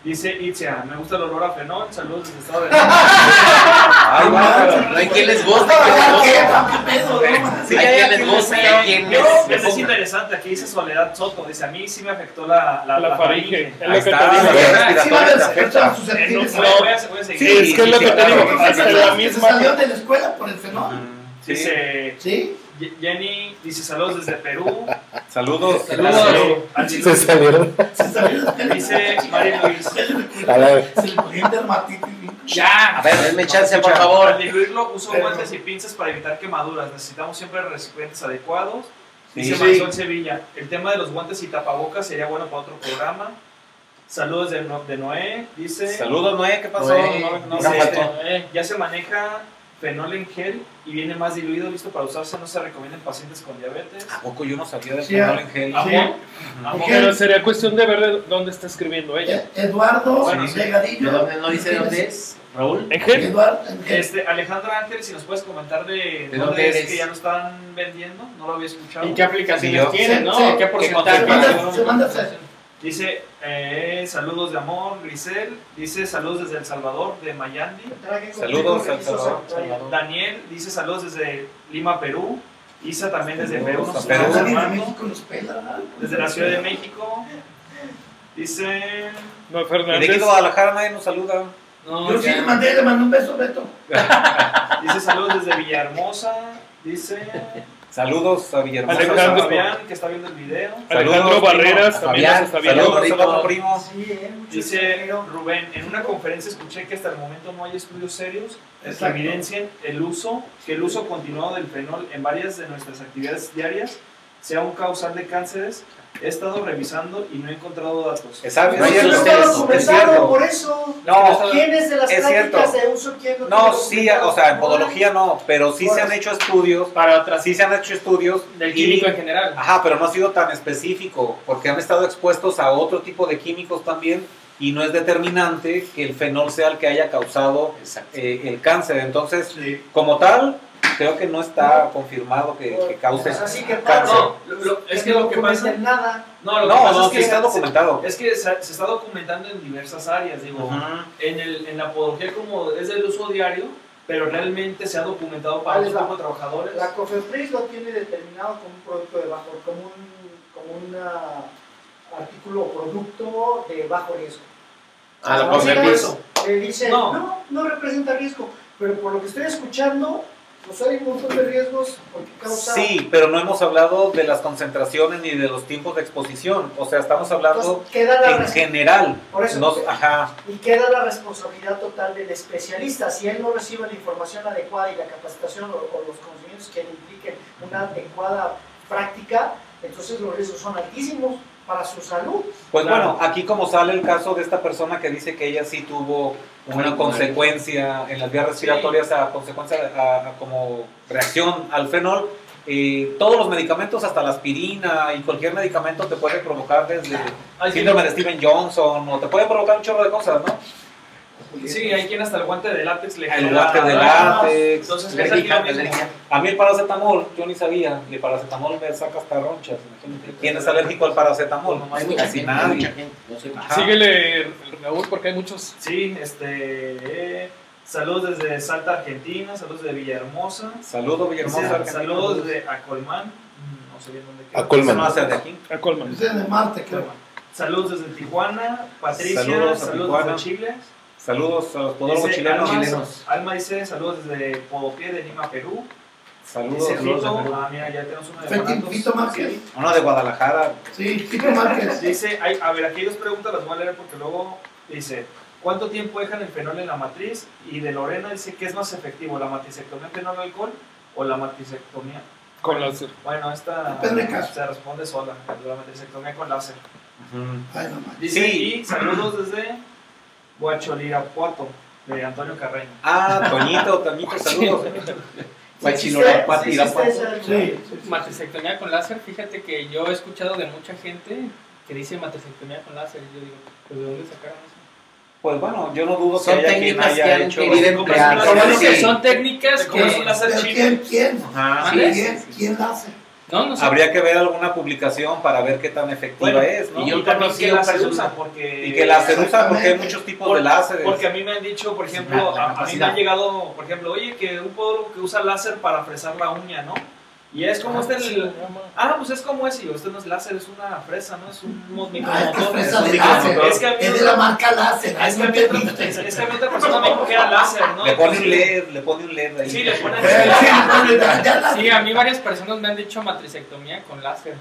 Dice Itzia, me gusta el olor a fenol, saludos desde Estado de Ay, bárbaro. No hay quien les guste. Ah, ¿Qué pedo? Eh, sí, hay hay quien aquí les un- guste, hay Yo, quien les- les es, es ponga. interesante, aquí dice Soledad Soto, dice, a mí sí me afectó la, la, La faringe. Es Ahí lo que está, te la digo. vía respiratoria te afecta. No, susceptibles. voy a- voy a, voy a seguir. Sí, es que es lo sí, que te claro, digo. sí, Hasta claro. la ¿Se salieron misma. de la escuela por el fenómeno? Sí. Dice Sí. Ye- Jenny, dice saludos desde Perú. Saludos. Saludos. Al Se salieron Se salieron de la Dice María Luis. a la vez. Se le ponía dermatitis. A ver, denme chance, por Escucha. favor. Al diluirlo, uso guantes y pinzas para evitar quemaduras. Necesitamos siempre recipientes adecuados. Sí, Dice sí. Marisol Sevilla. El tema de los guantes y tapabocas sería bueno para otro programa. Saludos de, No- de Noé. Dice. Saludos, Noé, ¿qué pasó? Noé, No, no, Dice, no faltó. eh, ya se maneja fenol en gel y viene más diluido, listo para usarse. No se recomienda en pacientes con diabetes. ¿A poco yo no sabía del Sí, canal en gel? ah, Amo, amo. Pero sería cuestión de ver de dónde está escribiendo ella. eh, Eduardo Bueno, sí. ¿De Llegadillo. dónde no dice de dónde es? Raúl. ¿En gel? Eduardo. eh, Ángel. Este, Alejandra Ángel, si nos puedes comentar de, ¿De dónde, dónde es eres? que ya lo están vendiendo, no lo había escuchado. ¿Y qué Sí, aplicaciones yo- tienen, no? sí, sí. ¿Qué porcentaje? Se manda- se manda a hacer. Dice, eh, saludos de amor, Grisel. Dice, saludos desde El Salvador, de Mayandi. Saludos, Daniel dice, saludos desde Lima, Perú. Isa también desde Perú, Saludos nos a Perú. saluda Nadie de Armando. México nos pela, ¿verdad? Desde la Ciudad de México. Dice, No, Y de aquí Fernández. de Guadalajara nadie nos saluda. No, Yo sí ya. le mandé, le mandé un beso a Beto. dice, saludos desde Villahermosa. Dice, Saludos a Villahermosa. saludos a Alejandro. Fabián, que está viendo el video. Alejandro Saludos, Barreras primo. también Fabián, nos está viendo. Saludos, Saludos, saludos, primo. eh, Dice Rubén, en una conferencia escuché que hasta el momento no hay estudios serios que Exacto. evidencien el uso, que el uso continuado del fenol en varias de nuestras actividades diarias sea un causal de cánceres. He estado revisando y no he encontrado datos. ¿Sabes? No Es hay cierto, ustedes, es cierto. por eso. No, ¿Quién es de las es prácticas cierto. de uso? ¿Quién no no, tiene sí, documentado? o sea, en podología no, pero sí se han hecho estudios, Para otras, sí se han hecho estudios. del y- químico en general. Ajá, pero no ha sido tan específico, porque han estado expuestos a otro tipo de químicos también y no es determinante que el fenol sea el que haya causado Exacto. eh, el cáncer. Entonces, como tal, creo que no está confirmado que, que cause Pues así que cáncer. tal. No, lo- lo- es que lo que pasa, documenten nada. no, lo que No, pasa no, es sí que, está se, documentado. es que se, se está documentando en diversas áreas, digo, Ajá. en, el, en la podología como es del uso diario, pero realmente se ha documentado para ¿Cuál los es la- trabajadores. La COFEPRIS lo tiene determinado como un producto de bajo, como un, como un ah, artículo o producto de bajo riesgo. Ah, A la Ahora, próxima. eso, eh, dice, No. no. no, representa riesgo, pero por lo que estoy escuchando, pues hay un montón de riesgos porque causa... Sí, pero no hemos hablado de las concentraciones ni de los tiempos de exposición. O sea, estamos hablando Entonces, queda la en res- general. Por eso. No- ajá. Y queda la responsabilidad total del especialista. Si él no recibe la información adecuada y la capacitación o, o los conocimientos que le impliquen una adecuada práctica, entonces los riesgos son altísimos para su salud. Pues Claro. bueno, aquí como sale el caso de esta persona que dice que ella sí tuvo una consecuencia en las vías respiratorias a consecuencia de- a- a como reacción al fenol, eh, todos los medicamentos, hasta la aspirina y cualquier medicamento te puede provocar desde Hay quien- síndrome de Steven Johnson o te puede provocar un chorro de cosas, ¿no? Sí, hay quien hasta el guante de látex le El genera- guante de Ah, látex. Entonces, Le es aquí dije, lo le mismo. dije. A mí el paracetamol, yo ni sabía, y el paracetamol me saca hasta ronchas. imagínate. ¿Quién es alérgico al paracetamol? Hay mucha Casi gente, hay nadie. mucha gente. No sé. Ajá. Síguele, Raúl, porque hay muchos. Sí, este. eh, saludos desde Salta, Argentina. Saludos de Villahermosa. Saludos, Villahermosa. Dice, Argentina. Saludos de Acolmán. mm, No sé bien dónde queda. Eso Acolman. no hace de aquí. A Colman. Ustedes de Marte, creo. Saludos desde Tijuana. Patricia. Saludos Saludos, a Tijuana. desde Chile. Saludos a los podólogos Dice chilenos. Alma, Chilenos. Alma dice saludos desde Podopié de Lima, Perú. Saludos. Dice saludos a Fito. Perú. Ah, mira, ya tenemos uno de Fito Guanatos. Fito Márquez. Uno de Guadalajara. Sí, Fito Márquez. Dice, hay- a ver, aquí hay dos preguntas, las voy a leer porque luego dice, ¿cuánto tiempo dejan el fenol en la matriz? Y de Lorena dice, ¿qué es más efectivo, la matricectomía fenol alcohol o la matricectomía? Con las. Bueno, esta Depende del caso. se responde sola, la matricectomía con láser. Ay, no manches. Dice, Sí. y saludos desde Huacholirapuato, de Antonio Carreño. Ah, Toñito, Toñito, saludos. Guachilorapati, Sí, sí, sí, sí, sí, sí. Sí. Matricectomía con láser, fíjate que yo he escuchado de mucha gente que dice matricectomía con láser. Y yo digo, ¿pero de dónde sacaron eso? Pues bueno, yo no dudo Son que haya quien técnicas que haya han hecho. querido Como es Ah, emplear. una- Como es Sí. que Son técnicas Te comes que... un láser Pero chino. ¿Quién? ¿Quién? Ajá. Sí. ¿Quién? ¿Quién la hace? No, no sé. Habría que ver alguna publicación para ver qué tan efectiva Bueno, es, ¿no? y yo- Y, también conocí que a la una se persona. usa porque... que láser usa porque hay Exactamente. muchos tipos Por- de láseres. Porque a mí me han dicho, por ejemplo, a- a, La- la mí me capacidad. han llegado, por ejemplo, oye, que un podólogo que usa láser para fresar la uña, ¿no? Y es como este, el- ah, pues es como ese, y yo, este no es láser, es una fresa, ¿no? Es un, unos Ah, es que micromotones. fresa es de un láser. micromotor. Es que a mí Es de la marca láser. Ah, es ahí que a no mí te otra- viste. es- es que a mí otra persona me dijo que era láser, ¿no? Le pone un Entonces, LED, le pone un LED ahí. Sí, le pone- Eh, sí, no, ya- ya la- Sí, a mí varias personas me han dicho matricectomía con láser.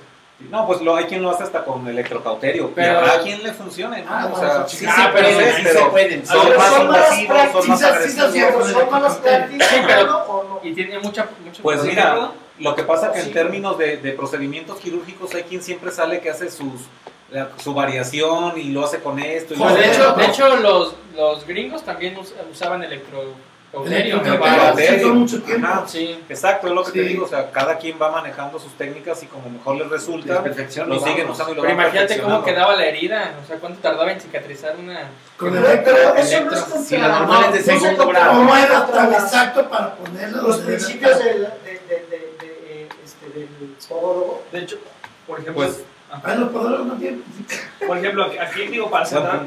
No, pues lo, hay quien lo hace hasta con electrocauterio. Pero- Pero a quien le funcione, ¿no? Ah, o bueno, sea, sí sí se se puede, puede, sí se pero pueden, son Pero más son invasivos, malas son más prácticas, sí, sí, es agresivos. agresivos. cierto, son malas prácticas, Sí, pero- ¿no? ¿O no? Y tiene mucha... mucha Pues ¿sí, mira, verdad? Lo que pasa que en Sí. términos de, de procedimientos quirúrgicos hay quien siempre sale que hace sus la- su variación y lo hace con esto. Y lo Pues hace de con hecho, otro. de hecho los, los gringos también us- usaban electrocauterio. Electrocauterio. para- sí, son mucho tiempo. Ajá, Sí. Exacto, es lo que te Sí. digo. O sea, cada quien va manejando sus técnicas y como mejor les resulta, lo siguen usando y lo Pero van imagínate cómo perfeccionando. quedaba la herida, o sea, cuánto tardaba en cicatrizar una... Con Pero- pero el eso no es electro, si la contra- normal no, es de no se segundo contra- grado. ¿Cómo era contra tan las- exacto para ponerle los principios del, de- de- de- de, eh, este, del podólogo? De hecho, por ejemplo, Pues, Bueno, Ah, los poderosos no tienen principios. por ejemplo, aquí- aquí digo, para centrar,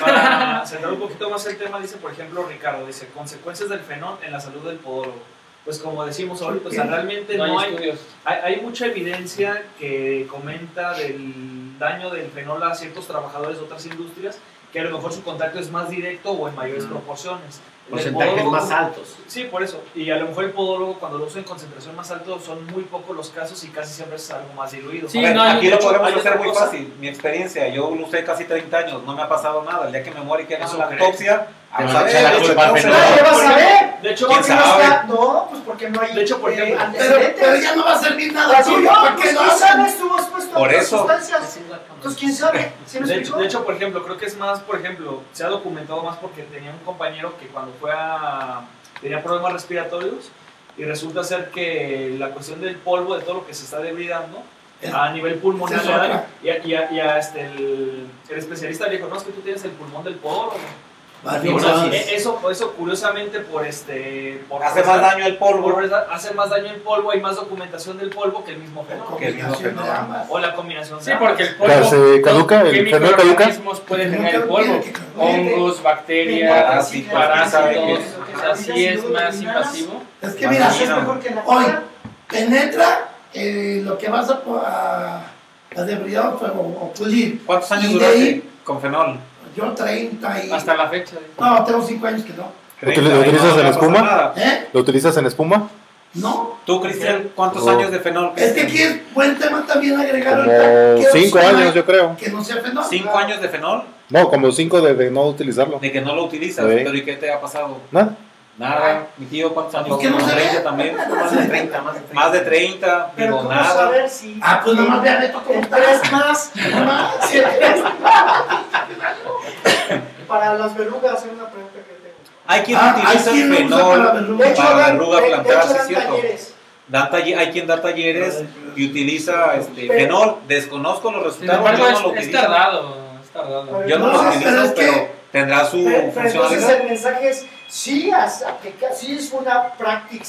Para centrar un poquito más el tema, dice, por ejemplo, Ricardo, dice, consecuencias del fenón en la salud del podólogo. Pues como decimos ahorita, o sea, realmente No no hay hay, estudios. hay, hay mucha evidencia que comenta del daño del fenol a ciertos trabajadores de otras industrias, que a lo mejor su contacto es más directo o en mayores Ah. proporciones. El Porcentajes podólogo- más altos. Sí, por eso. Y a lo mejor el podólogo cuando lo usa en concentración más alto son muy pocos los casos y casi siempre es algo más diluido. Sí, A ver, no, hay aquí lo mucho- podemos hay otra hacer muy cosa. fácil. Mi experiencia, yo lo usé casi 30 años, no me ha pasado nada. El día que me muera y que hagan Eso la creo. autopsia, Te a van a saber, echar la de hecho, culpa al no se penal. la- Nadie va a saber. De hecho, ¿Quién Porque no sabe? está- No, pues porque no hay De hecho, por eh, ejemplo, Pero, antecedentes. pero ya no va a servir nada Así, tuyo. no, ¿Para qué pues, lo ¿quién sabe? hacen? Estuvo expuesto a Por otras eso. sustancias. Entonces, ¿quién sabe? ¿Sí me De hecho, explico? de hecho, por ejemplo, creo que es más, por ejemplo, se ha documentado más porque tenía un compañero que cuando fue a... tenía problemas respiratorios y resulta ser que la cuestión del polvo, de todo lo que se está debridando a nivel pulmonar, Esa es otra. y a, y a- y a, este, el, el especialista le dijo, no, es que tú tienes el pulmón del podólogo. Varios. Bueno, sí. E- Eso, eso curiosamente por este... Por Hace más daño el polvo. por- hace más daño el polvo, hay más documentación del polvo que el mismo fenómeno. Que no se Combinación de ambas. O la combinación de Sí, ambas. porque el polvo. Claro, se caduca, el ¿qué fenol caduca? microorganismos puede tener el polvo? Hongos, bacterias, Parásitos, parásitos. ¿quién O sea, sí es más invasivo. Es que mira, Es mejor que la Hoy. cara. penetra eh, lo que vas a, po- a, a debridar o, o pulir. ¿Cuántos años Y de ahí- duraste con fenol? Yo 30 y... Hasta la fecha. No, tengo 5 años que no. ¿Lo 30, utilizas no, en no la pasa espuma? nada. ¿Eh? ¿Lo utilizas en espuma? No. Tú, Cristian, ¿cuántos Oh. años de fenol? Es que aquí es buen tema también agregar Como Quiero 5 sumar años, yo creo. Que no sea fenómeno. ¿Cinco años de fenol? No, como 5 de, de no utilizarlo. De que no lo utilizas, Sí. pero ¿y qué te ha pasado? Nada. Nada. Mi tío, ¿cuántos años? ¿Por qué no Como se ve? 30 también. Ah, Más de 30, más de 30. Más de 30, Pero digo, cómo nada. saber si... Ah, pues nomás vean esto como En está. tres más. Si en tres Para las verrugas es una pregunta que tengo. Hay quien Ah, hay utiliza quien el usa para fenol verruga. De hecho, para la dan, verruga de- de plantar, hecho, sí, dan cierto. talleres. Dan talle- hay quien da talleres y utiliza este, Pero- fenol. Desconozco los Sin resultados, embargo, yo no lo es, es utilizo. tardado. Es tardado. Yo no lo Entonces, pero utilizo, es que- pero tendrá su Pero, pero entonces funcionalidad. el mensaje es, sí, has aplicado- sí es una práctica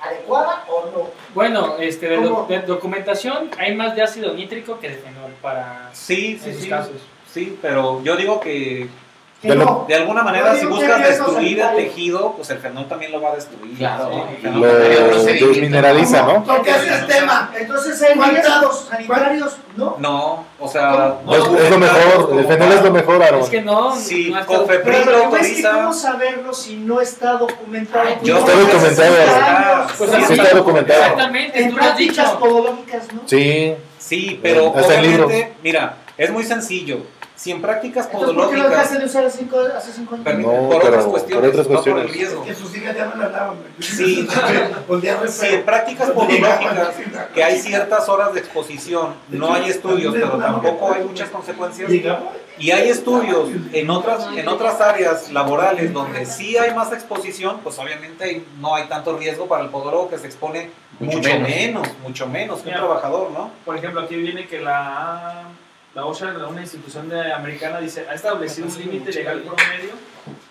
adecuada o no. Bueno, este, de, doc- ¿Cómo? de documentación hay más de ácido nítrico que de fenol para Sí, sí, esos sí. casos. Sí, pero yo digo que Que Ya lo- no. de alguna No manera si digo que buscas haya eso destruir el sanitario. tejido, pues el fenol también lo va a destruir. Claro, ¿no? sí. El fenol Lo también lo destruye. desmineraliza, ¿no? Porque ese es tema. Entonces hay ¿Cuántas- riesgos sanitarios, ¿no? No, o sea, No, es, es lo mejor, el fenol es lo mejor, Es Aaron. que no, Sí, no está- Cofepris Pero lo lo que voy es que autoriza. cómo saberlo si no está documentado. Ay, yo No está hay documentado. sanitarios, Pues sanitarios, Sí está documentado. Exactamente, En tú lo has dicho. prácticas podológicas, ¿no? Sí, Sí, pero Hasta en obviamente, libros. mira, es muy sencillo. Si en prácticas Entonces, ¿por qué lo podológicas, dejaste de usar hace cinco, hace cinco años? permíteme, No, por, pero otras por cuestiones, otras no por cuestiones. el riesgo. Que sus hijas ya me lo hablaban. güey. Sí. Pues ya Si en prácticas podológicas, que hay ciertas horas de exposición, no hay estudios, pero tampoco hay muchas consecuencias. Llegamos. Y hay estudios en otras, en otras áreas laborales donde sí hay más exposición, pues obviamente no hay tanto riesgo para el podólogo que se expone mucho, Mucho menos. menos, mucho menos que un Mira. trabajador, ¿no? Por ejemplo, aquí viene que la, la OSHA, una institución de- americana, dice, ha establecido un límite legal promedio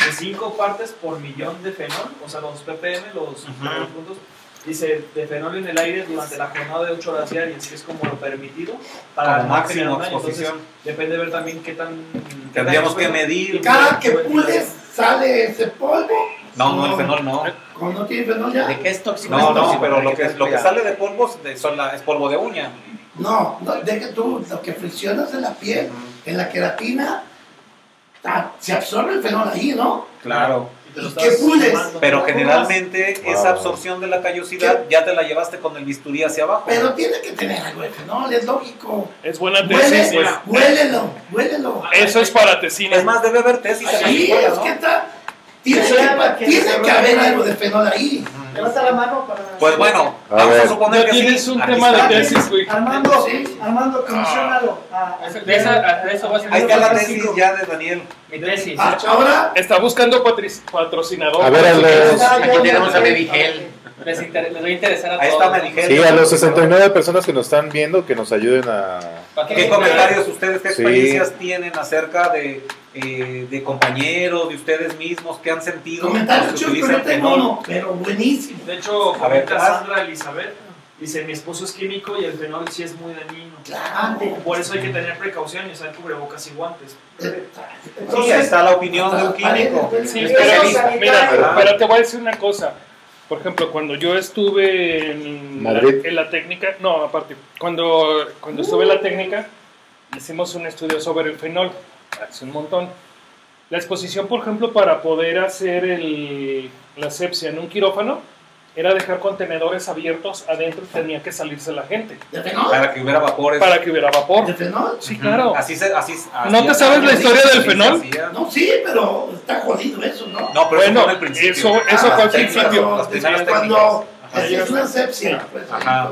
de 5 partes por millón de fenol, o sea, los ppm, los, los puntos, dice, de fenol en el aire durante la jornada de 8 horas diarias, que es como lo permitido para Como no máximo generar daño. exposición. Entonces, depende ver también qué tan... Tendríamos qué que tan- medir. Cada que pules sale ese polvo. No, no, el fenol no. Cuando no tiene fenol ya. ¿De qué es tóxico? No, Es no, tóxico, pero ¿de lo qué que, estás lo que cuidando? sale de polvos de- son la- es polvo de uña. No, no, deja tú, lo que friccionas en la piel, en la queratina, ta- se absorbe el fenol ahí, ¿no? Claro. y te lo ¿Y estás qué pules? fumando. Pero generalmente Wow. esa absorción de la callosidad ya te la llevaste con el bisturí hacia abajo. Pero tiene que tener algo de fenol, es lógico. Es buena tesis, pues. Huele, güey. huélelo, huélelo. Eso es para tesina. Es más, debe haber tesis en la Ahí escuela, es ¿no? que está. Tiene Que sea que, que tiene se que haber vea. algo de fenol ahí. Levanta la mano para... Pues bueno, A vamos a ver. suponer que Ya tienes sí. un Aquí tema de está. tesis, güey. Armando, Sí. Armando, comisionado. Ah, Eso- de esa- de eso va a ser Ahí está la tesis Francisco. ya de Daniel. Mi tesis. Ah, Ahora, Está buscando patri- patrocinador. A ver, a los- Ah, ya, Aquí ya, tenemos ya, a ya. Baby Hell. Les, inter- les va a interesar a Ahí todos. está Medigel. Sí, a los 69 personas que nos están viendo, que nos ayuden a... Para ¿Qué que- comentarios ustedes, qué Sí. experiencias tienen acerca de, eh, de compañeros, de ustedes mismos, qué han sentido? comentarios cuando se chicos, utiliza yo el tengo fenol? uno, pero buenísimo. De hecho, A ver, ah. comenta vas. Sandra Elizabeth, dice, mi esposo es químico y el fenol sí es muy dañino. Claro. Por eso hay que tener precaución y usar cubrebocas y guantes. Sí, ahí está la opinión de un químico. Sí, Eso pero, es sanitario. mira, pero te voy a decir una cosa. Por ejemplo, cuando yo estuve en, la, Madrid. en la técnica, no, aparte, cuando, cuando estuve en la técnica, hicimos un estudio sobre el fenol, hace un montón. La exposición, por ejemplo, para poder hacer el- la sepsia en un quirófano, era dejar contenedores abiertos adentro y tenía que salirse la gente ¿De fenol? Para que hubiera vapores. para que hubiera ¿De vapor. fenol? Sí, claro. Así se, así, así ¿No te así- sabes la historia del así fenol? se hacía. No, sí, pero está jodido eso, ¿no? No, pero Bueno, eso fue en el principio. eso- Ah, eso fue al sí, principio. pero Las primeras desde cuando técnicas. Ajá. hacías una asepsia. Pues, Ajá. ahí,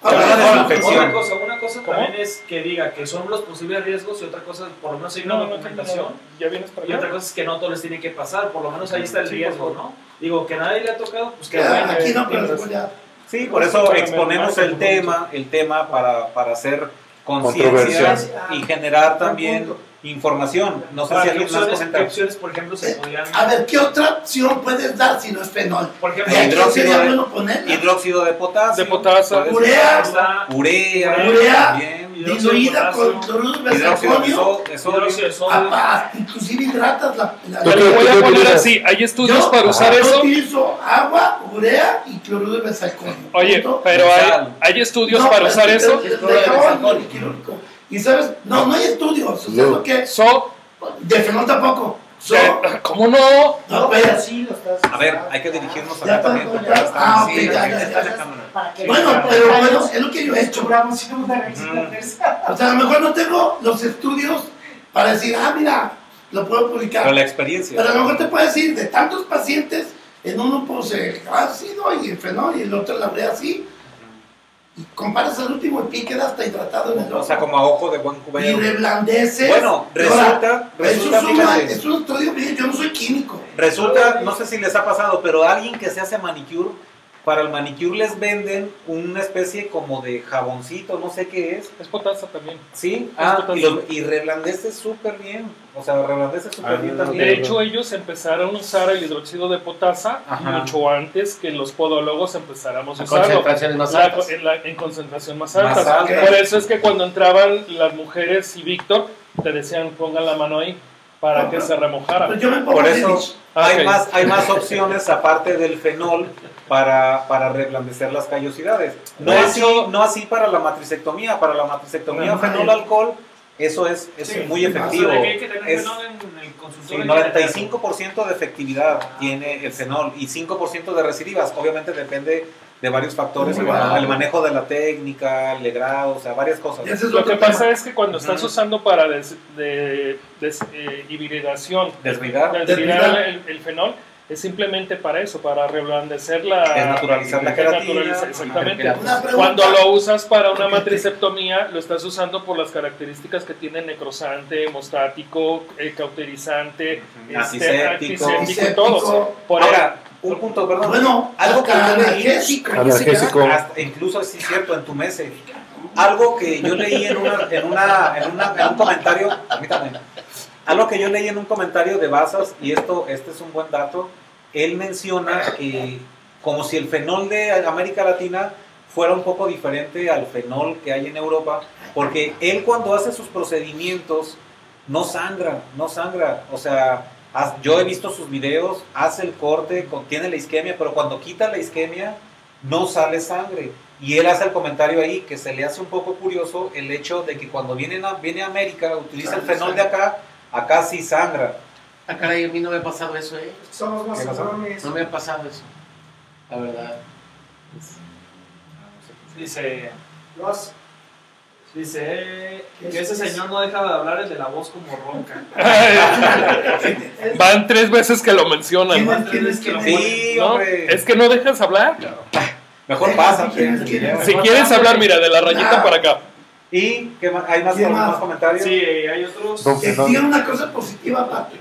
Te habla de Ahora, su ahora, infección. Otra cosa, una cosa ¿Cómo? también es que diga que son los posibles riesgos y otra cosa, por lo menos hay una documentación. ya vienes para Y allá. otra cosa es que no todos les tiene que pasar, por lo menos ahí está el Sí, riesgo, por ¿no? Digo, que nadie le ha tocado, pues que ah, bueno. Aquí no, pero Entonces, después ya. Sí, por eso exponemos el tema, el tema para, para hacer conciencia Controversia. y generar también información. No sé si Ahora, ¿qué alguien más opciones, qué comenta. opciones, por ejemplo, se podrían... Eh, A ver, ¿qué otra opción puedes dar si no es fenol? Por ejemplo, Eh, hidróxido ¿qué sería de- bueno ponerla? Hidróxido de potasio. De potasio. puede ser- Urea. está Urea. Urea. también. hidróxido de Diluida potasio, con cloruro de Hidróxido de sodio. so- de hidróxido sodio. de sodio. apa- Inclusive hidratas la... la- ¿Tú Te qué- lo voy tú qué a poner utilizas? así. Hay estudios Yo- para usar yo eso. utilizo agua, urea y cloruro de benzoconio. Oye, Punto. pero hay, Sal. hay estudios No, para pero usar sí, eso. pero es de jabón, quirúrgico. Y sabes, no, no hay estudios. O sea, No. lo que So, de fenol tampoco. So, eh, ¿cómo no? no, pues, No, pero pero sí lo estás... A ver, hay que dirigirnos Ya acá también. está, porque ya ya estamos- está. Ah, sí, ok, ya, aquí ya, está ya. la cámara. Para que- Bueno, pero bueno, es lo que yo he hecho. Cobramos una revisión tercera. O sea, a lo mejor no tengo los estudios para decir, ah, mira, lo puedo Pero publicar. Pero, la experiencia. a lo mejor te puedo decir, de tantos pacientes, en uno pues, puse el ácido y el fenol y el otro la urea así. Y comparas al último y queda hasta hidratado en el O sea, ojo. como a ojo de buen Y cubero. reblandeces. Bueno, Ahora, resulta, Eso resulta, es, una- fíjate. es un estudio mío, yo no soy químico. Resulta, no sé si les ha pasado, pero alguien que se hace manicure, para el manicure les venden una especie como de jaboncito, no sé qué es. Es potasa también. Sí, Ah, y, lo- y reblandece súper bien. O sea, reblandece súper bien también. De hecho, ellos empezaron a usar el hidróxido de potasa Ajá. mucho antes que los podólogos empezáramos a usarlo. Concentraciones más La- altas. en, la- en concentración más Más alta. alta. Por eso es que cuando entraban las mujeres y Víctor, te decían pongan la mano ahí para Ajá. que se remojara. Pero yo me pongo Por eso feliz. hay, Ok. más, hay más opciones aparte del fenol para, para reblandecer las callosidades. No De así, hecho- no así para la matricectomía. Para la matricectomía, Ajá. fenol alcohol, eso es, es Sí, muy o sea, efectivo. Hay que tener Es- fenol en el Sí, consultorio. 95% de efectividad tiene el fenol y 5% de recidivas. Obviamente depende de varios factores, Wow. como el manejo de la técnica, el legrado, o sea, varias cosas. Ese es Lo otro que tema. pasa es que cuando estás Ujú. usando para des, de, des- eh, hibridación, Ah, Desvidar, desvirar el, el fenol, es simplemente para eso, para reblandecer la... Desnaturalizar la queratina. desnaturalizar, Exactamente. Una Una pregunta. Cuando lo usas para una Ok, ok. matricectomía, lo estás usando por las características que tiene necrosante, hemostático, eh, cauterizante, este, antiséptico. antiséptico y Antiséptico. todo. Por Ahora, Un punto, perdón. Bueno, algo que yo leí, analgésico. Analgésico. hasta- incluso sí es cierto, en tu mes. Algo que yo leí en, una, en, una, en, una- en un comentario, permítame, algo que yo leí en un comentario de Bazas, y esto este es un buen dato, él menciona que como si el fenol de América Latina fuera un poco diferente al fenol que hay en Europa, porque él cuando hace sus procedimientos no sangra, no sangra, o sea, haz- yo he visto sus videos, hace el corte, contiene la isquemia, pero cuando quita la isquemia no sale sangre. Y él hace el comentario ahí que se le hace un poco curioso el hecho de que cuando vienen a, viene a América utiliza el Sale fenol de acá, acá sí sangra. Ah, caray, a mí no me ha pasado eso, ¿eh? Somos más ¿Qué pasó? cabrones. No me ha pasado eso. La verdad. Dice, Lo has- dice eh, que ese señor no deja de hablar el de la voz como ronca. Van tres veces que lo mencionan. ¿Quién ¿no? es, quién es, quién es? Sí, ¿No? hombre. Es que no dejas hablar. cabrón. Mejor Sí, pasa. ¿eh? sí, sí, sí. Si quieres hablar, mira, de la Ah. rayita para acá. ¿Y qué más? ¿Hay más, ¿Quién más más? comentarios? Sí, hay otros. Don Que Fenol. diga una cosa positiva, Patrick.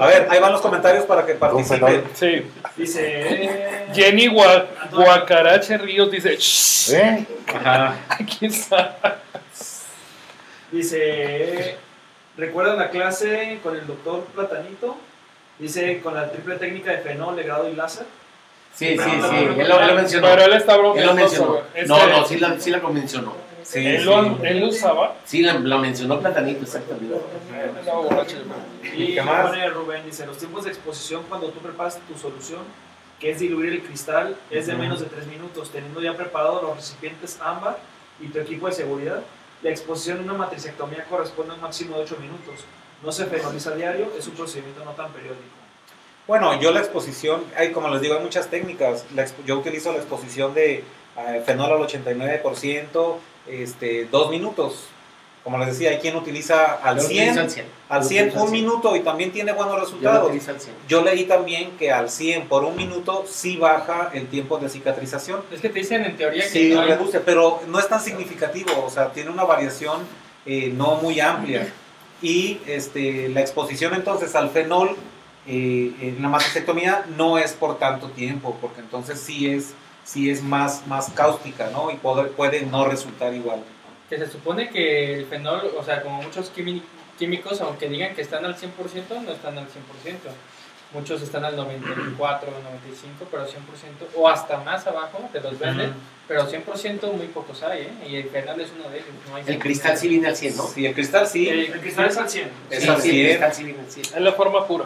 A ver, ahí van los comentarios para que participen. fenol. Sí. Dice, eh, Jenny Gua- Guacarache Ríos dice, "Shh, ¿Eh? Ajá. aquí está". Dice, ¿recuerdan la clase con el doctor Platanito? Dice, con la triple técnica de fenol, legrado y láser. Sí, sí, No, sí. no, no, Él lo, él lo mencionó. Pero él está Él lo bromeando. mencionó. sobre- es No, que no, sí la, sí la mencionó. Sí, Él sí. lo, él lo usaba. Sí, la, la mencionó Platanito, exactamente. Andaba borracho, hermano. Y ¿Qué más? pone Rubén, dice, los tiempos de exposición cuando tú preparas tu solución, que es diluir el cristal, es de menos de 3 minutos, teniendo ya preparados los recipientes ámbar y tu equipo de seguridad. La exposición en una matricectomía corresponde a un máximo de 8 minutos. No se fenoliza a diario, es un procedimiento no tan periódico. Bueno, yo la exposición, hay, como les digo, hay muchas técnicas. La expo- yo utilizo la exposición de eh, fenol al 89%, este, dos minutos. Como les decía, hay quien utiliza al Yo lo utilizo 100, al 100. al Yo 100 utilizo un al 100. minuto y también tiene buenos Yo lo resultados. utilizo al 100. Yo leí también que al 100 por un minuto sí baja el tiempo de cicatrización. Es que te dicen en teoría que Sí, no hay- reduce, pero no es tan significativo, o sea, tiene una variación eh, no muy amplia. Y este, la exposición entonces al fenol eh, en la mastectomía no es por tanto tiempo, porque entonces sí es, sí es más, más cáustica, ¿no? Y poder- puede no resultar igual. que se supone que el fenol, o sea, como muchos quimi- químicos, aunque digan que están al 100%, no están al 100%. Muchos están al 94, 95, pero 100% o hasta más abajo te los venden, pero 100% muy pocos hay, ¿eh? Y el fenol es uno de ellos. no hay El 100%. cristal sí viene al 100, ¿no? Sí, el cristal sí. El, cristal es al 100. es Sí, al sí, el 100. cristal sí viene al 100. Es la forma pura.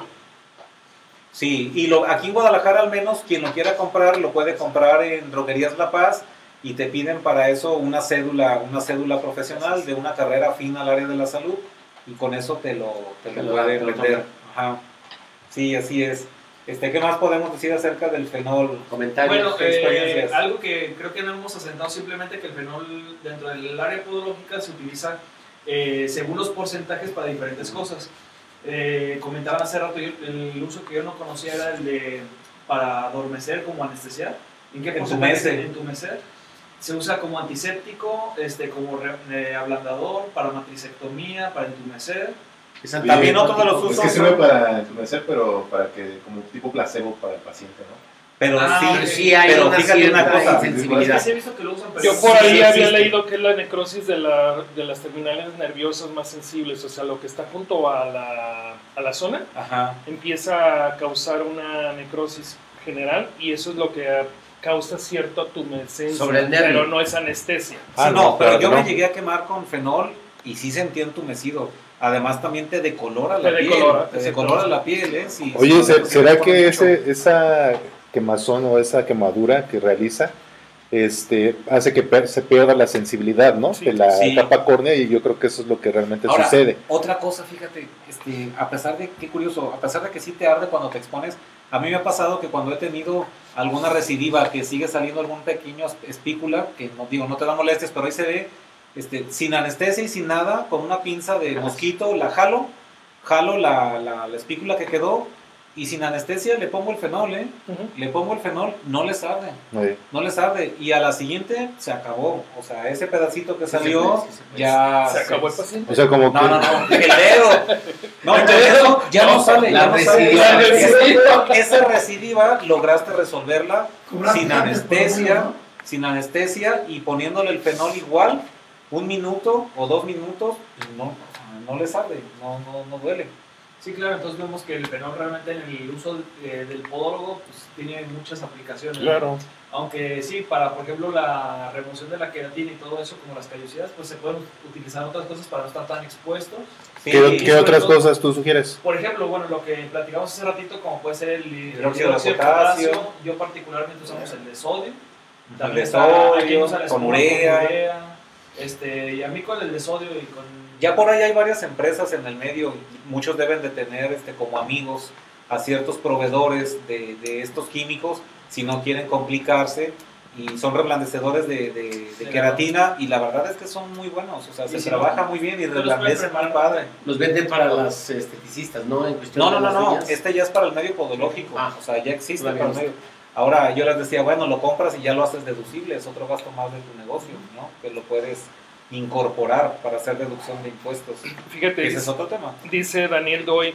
Sí, y lo, aquí en Guadalajara al menos quien lo quiera comprar lo puede comprar en Droguerías La Paz y te piden para eso una cédula, una cédula profesional de una carrera afín al área de la salud y con eso te lo, te lo Te lo- pueden te lo vender. Ajá. Sí, así es. Este, ¿Qué más podemos decir acerca del fenol? Comentarios. Bueno, eh, experiencias. algo que creo que no hemos asentado simplemente que el fenol dentro del área podológica se utiliza eh, según los porcentajes para diferentes cosas. Eh, comentaban hace rato, yo- el uso que yo no conocía era el de para adormecer como anestesiar. ¿En qué porcentaje Entumece. se- entumecer? Se usa como antiséptico, este, como re- eh, ablandador, para matricectomía, para entumecer. Es anti- También otro de los Es Es usos, que sirve para entumecer, pero para que, como tipo placebo para el paciente, ¿no? pero Ah, Pero sí, sí hay pero una fíjate una cierta cosa. Es que insensibilidad. sí he visto que lo usan, pero Yo por ahí Sí, había existe. leído que es la necrosis de, la- de las terminales nerviosas más sensibles, o sea, lo que está junto a la, a la zona Ajá. empieza a causar una necrosis general y eso es lo que causa cierto tumescencia, Sobre el nervio. pero no es anestesia. Sí, Ah, no, no, pero claro yo que me no. llegué a quemar con fenol y sí sentí entumecido. Además también te decolora la Te piel. decolora, te decolora la piel, ¿eh? Sí, Oye, sí, ¿se- sí, ¿será decolora que mucho. ese, esa quemazón o esa quemadura que realiza este, hace que per- se pierda la sensibilidad, ¿no? Sí, de la sí. tapa córnea y yo creo que eso es lo que realmente Ahora, sucede. Otra cosa, fíjate, este, a pesar de, qué curioso, a pesar de que sí te arde cuando te expones, a mí me ha pasado que cuando he tenido alguna recidiva que sigue saliendo algún pequeño esp- espícula, que no digo, no te da molestias, pero ahí se ve, este, sin anestesia y sin nada, con una pinza de mosquito, la jalo, jalo la, la, la espícula que quedó Y sin anestesia le pongo el fenol, ¿eh? Ujú. Le pongo el fenol, no les arde, Oye, no les arde. Y a la siguiente se acabó. O sea, ese pedacito que Sí se salió puede, sí se puede. ya... Se acabó el paciente. O sea, como No, que- no, no, el dedo. No, el dedo ya no sale. La ya no sale. recidiva. La recidiva. Esa recidiva lograste resolverla Cobraste sin antes por lo menos, anestesia, ¿no? sin anestesia y poniéndole el fenol igual, un minuto o dos minutos, y no, no le sale, no, no, no duele. Sí, claro, entonces vemos que el fenol realmente en el uso eh, del podólogo pues, tiene muchas aplicaciones. ¿no? Claro. Aunque sí, para por ejemplo la remoción de la queratina y todo eso, como las callosidades, pues se pueden utilizar otras cosas para no estar tan expuesto. Sí, ¿Qué, y- qué sobre otras todo- cosas tú sugieres? Por ejemplo, bueno, lo que platicamos hace ratito, como puede ser el Hidróxido de hidróxido potasio. yo particularmente usamos el de sodio. el de está- aquí sodio, usa la con espuma urea. Este, y a mí con el de sodio y con... Ya por ahí hay varias empresas en el medio, muchos deben de tener este, como amigos a ciertos proveedores de, de estos químicos si no quieren complicarse y son reblandecedores de, de- de Sí, queratina y la verdad es que son muy buenos, o sea, Y se si trabaja no, muy bien y no los reblandece pueden muy preparar. padre. Los venden para las esteticistas, ¿no? En cuestión No, no, de no, las no, uñas. este ya es para el medio podológico, Ah. o sea, ya existe Todavía para el no medio. Ahora yo les decía, bueno, lo compras y ya lo haces deducible, es otro gasto más de tu negocio, ¿no? Que lo puedes incorporar para hacer deducción de impuestos. Fíjate, Ese es otro tema. Dice Daniel Doy,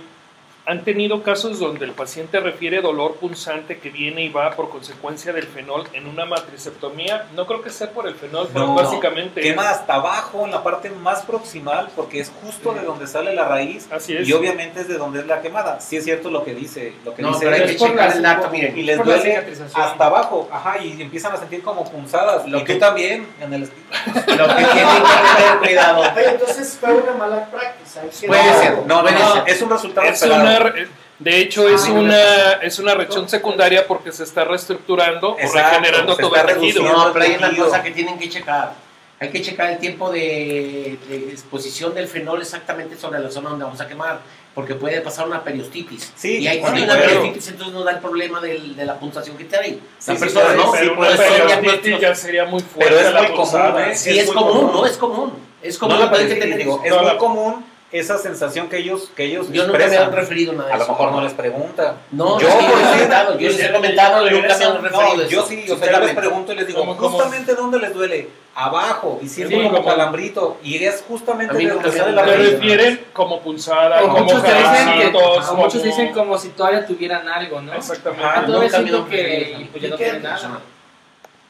han tenido casos donde el paciente refiere dolor punzante que viene y va por consecuencia del fenol en una matriceptomía. No creo que sea por el fenol, pero No, básicamente es- Quema hasta abajo, en la parte más proximal, porque es justo de donde sale la raíz así es. y obviamente es de donde es la quemada. Sí es cierto lo que dice, lo que No, dice pero hay él. que es por checar la- el dato, y miren. les por la duele cicatrización. hasta abajo, ajá, y empiezan a sentir como punzadas. Lo y que- tú también en el espi- Lo que tienen que tener cuidado. Pero entonces fue una mala práctica. hay que- Puede ser. No, no, Puede no, ser. es un resultado Es esperado. una re- de hecho, es Ah, no una, es una reacción secundaria porque se está reestructurando Exacto, o regenerando se todo está el tejido. reduciendo. No, pero hay una Tejido. cosa que tienen que checar. Hay que checar el tiempo de, de exposición del frenol exactamente sobre la zona donde vamos a quemar, porque puede pasar una periostitis. Sí, y hay, bueno, si hay una claro. periostitis, entonces nos da el problema del- de la puntuación que te hay. Sí, La sí, persona, sí, ¿no? Pero Sí, una por eso ya periodotitis nuestros- ya sería muy fuerte. Pero es la muy común, punzada. ¿eh? sí, es, muy común, común. ¿no? Es común. Es común No, la pero periostitis te que digo, tenemos. es No, muy la- común esa sensación que ellos, que ellos Yo nunca me han expresan. referido nada de A lo eso. mejor no les pregunta. No, Yo, yo por les he decir- comentado, yo les he comentado, nunca me han referido No, eso, yo sí, o sea, yo les sinceramente. pregunto y les digo, ¿Cómo, cómo? justamente dónde les duele, abajo, y siento Sí, como como- calambrito, y es justamente A mí de nunca donde me sale han la Te referido. raíz. refieren como punzada, O como muchos te dicen, que- jalacitos, o muchos como- dicen como si todavía tuvieran algo, ¿no? Exactamente. Ajá, Ah, todavía nunca me siento lo que refirieron. y pues ya no ¿Y qué? tiene nada.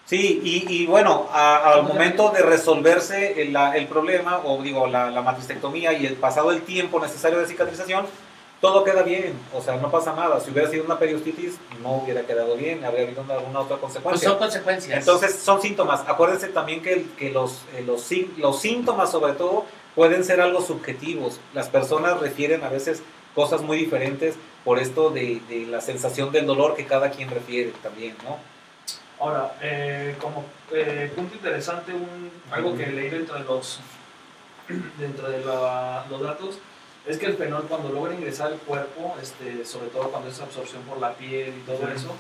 Sí, y, y bueno, a- al momento de resolverse el, la- el problema, o digo, la, la matristectomía y el pasado el tiempo necesario de cicatrización, todo queda bien, o sea, no pasa nada. Si hubiera sido una periostitis, no hubiera quedado bien, habría habido alguna otra Pues consecuencia. son consecuencias. Entonces, son síntomas. Acuérdense también que, que los, eh, los, sin- los síntomas, sobre todo, pueden ser algo subjetivos. Las personas refieren a veces cosas muy diferentes por esto de, de la sensación del dolor que cada quien refiere también, ¿no? Ahora, eh, como eh, punto interesante, un, algo que leí dentro de los, dentro de la- los datos, es que el fenol cuando logra ingresar al cuerpo, este, sobre todo cuando es absorción por la piel y todo eso,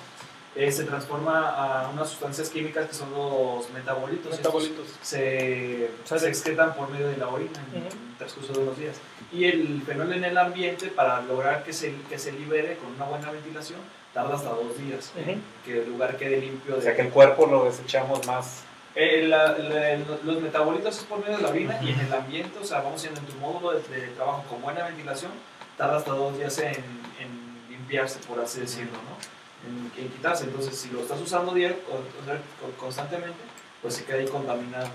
eh, se transforma a unas sustancias químicas que son los metabolitos. Estos Metabolitos. se, Sale. se excretan por medio de la orina en Ujú. el transcurso de unos días. Y el fenol en el ambiente, para lograr que se, que se libere con una buena ventilación, tarda hasta dos días en Ujú. que el lugar quede limpio. O de- sea, que el cuerpo lo desechamos más. Eh, la- la- los metabolitos es por medio de la orina y en el ambiente, o sea, vamos siendo en tu módulo de, de trabajo con buena ventilación, tarda hasta dos días en, en limpiarse, por así decirlo, ¿no? En, en quitarse. Entonces, si lo estás usando diario, con- o sea, con- constantemente, pues se queda ahí contaminado.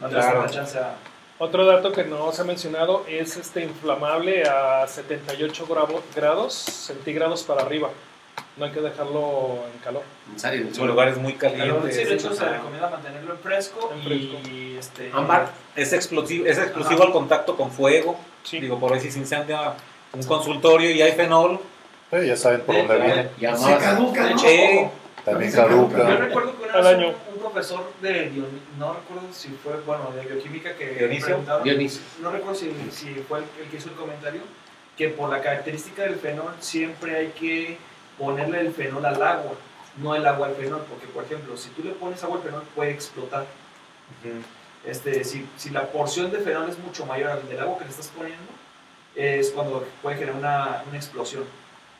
No te Claro. das la chance a... Otro dato que no se ha mencionado es este inflamable a 78 gravo- grados centígrados para arriba. No hay que dejarlo en calor. En serio, Su lugar es muy caliente. Sí, de hecho se Ajá. recomienda mantenerlo en fresco, En y este... Ámbar. es explosivo, es explosivo al contacto con fuego. Sí. Digo, por ahí si se incendia un consultorio y hay fenol, Eh, ya saben por dónde viene. Ya Se más. caduca, ¿no? eh, También Se caduca. Yo caduca. recuerdo que una Al vez año. un, un profesor de, bion- no recuerdo si fue, bueno, de bioquímica que Dionisio. preguntaron- Dionisio. no recuerdo si, si fue el, el que hizo el comentario, que por la característica del fenol siempre hay que ponerle el fenol al agua, no el agua al fenol, porque por ejemplo, si tú le pones agua al fenol puede explotar. Este, si, si la porción de fenol es mucho mayor al del agua que le estás poniendo, es cuando puede generar una, una explosión.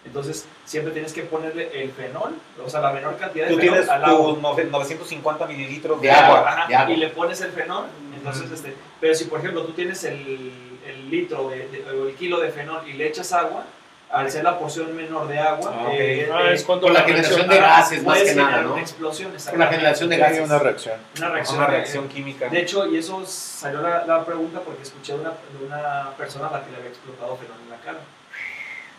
Entonces, siempre tienes que ponerle el fenol, o sea, la menor cantidad de Tú fenol tienes al agua. tus nove- 950 mililitros De agua. Ajá, de agua. Y le pones el fenol. Entonces, este, pero si, por ejemplo, tú tienes el, el litro de- de- o el kilo de fenol y le echas agua, al ser la porción menor de agua, eh, Ah, ok. Ah, es cuando Por la la reacción- generación de ah, gases, más puedes que nada, generar ¿no? Una explosión, Con la exactamente. generación de Hay gases. una reacción. Una reacción. una de- reacción química. De hecho, y eso salió la, la pregunta porque escuché de una, de una persona a la que le había explotado fenol en la cara.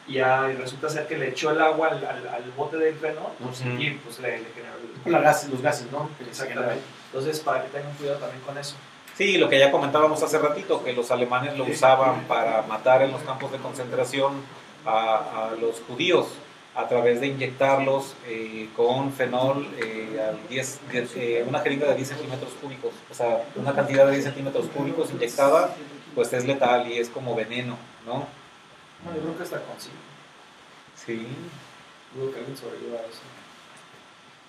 Y ya, y resulta ser que le echó el agua al, al- al bote del fenol No sé. y pues le, le generó el- Los gases, los gases, ¿no? Exactamente. Entonces, para que tengan cuidado también con eso. Sí, lo que ya comentábamos hace ratito, que los alemanes lo usaban para matar en los campos de concentración a, a los judíos a través de inyectarlos eh, con fenol eh, al 10 10, eh, una jeringa de 10 centímetros cúbicos. O sea, una cantidad de 10 centímetros cúbicos inyectada, pues es letal y es como veneno, ¿no? Bueno, yo creo que hasta consigo. Sí. Dudo que alguien sobreviva a eso.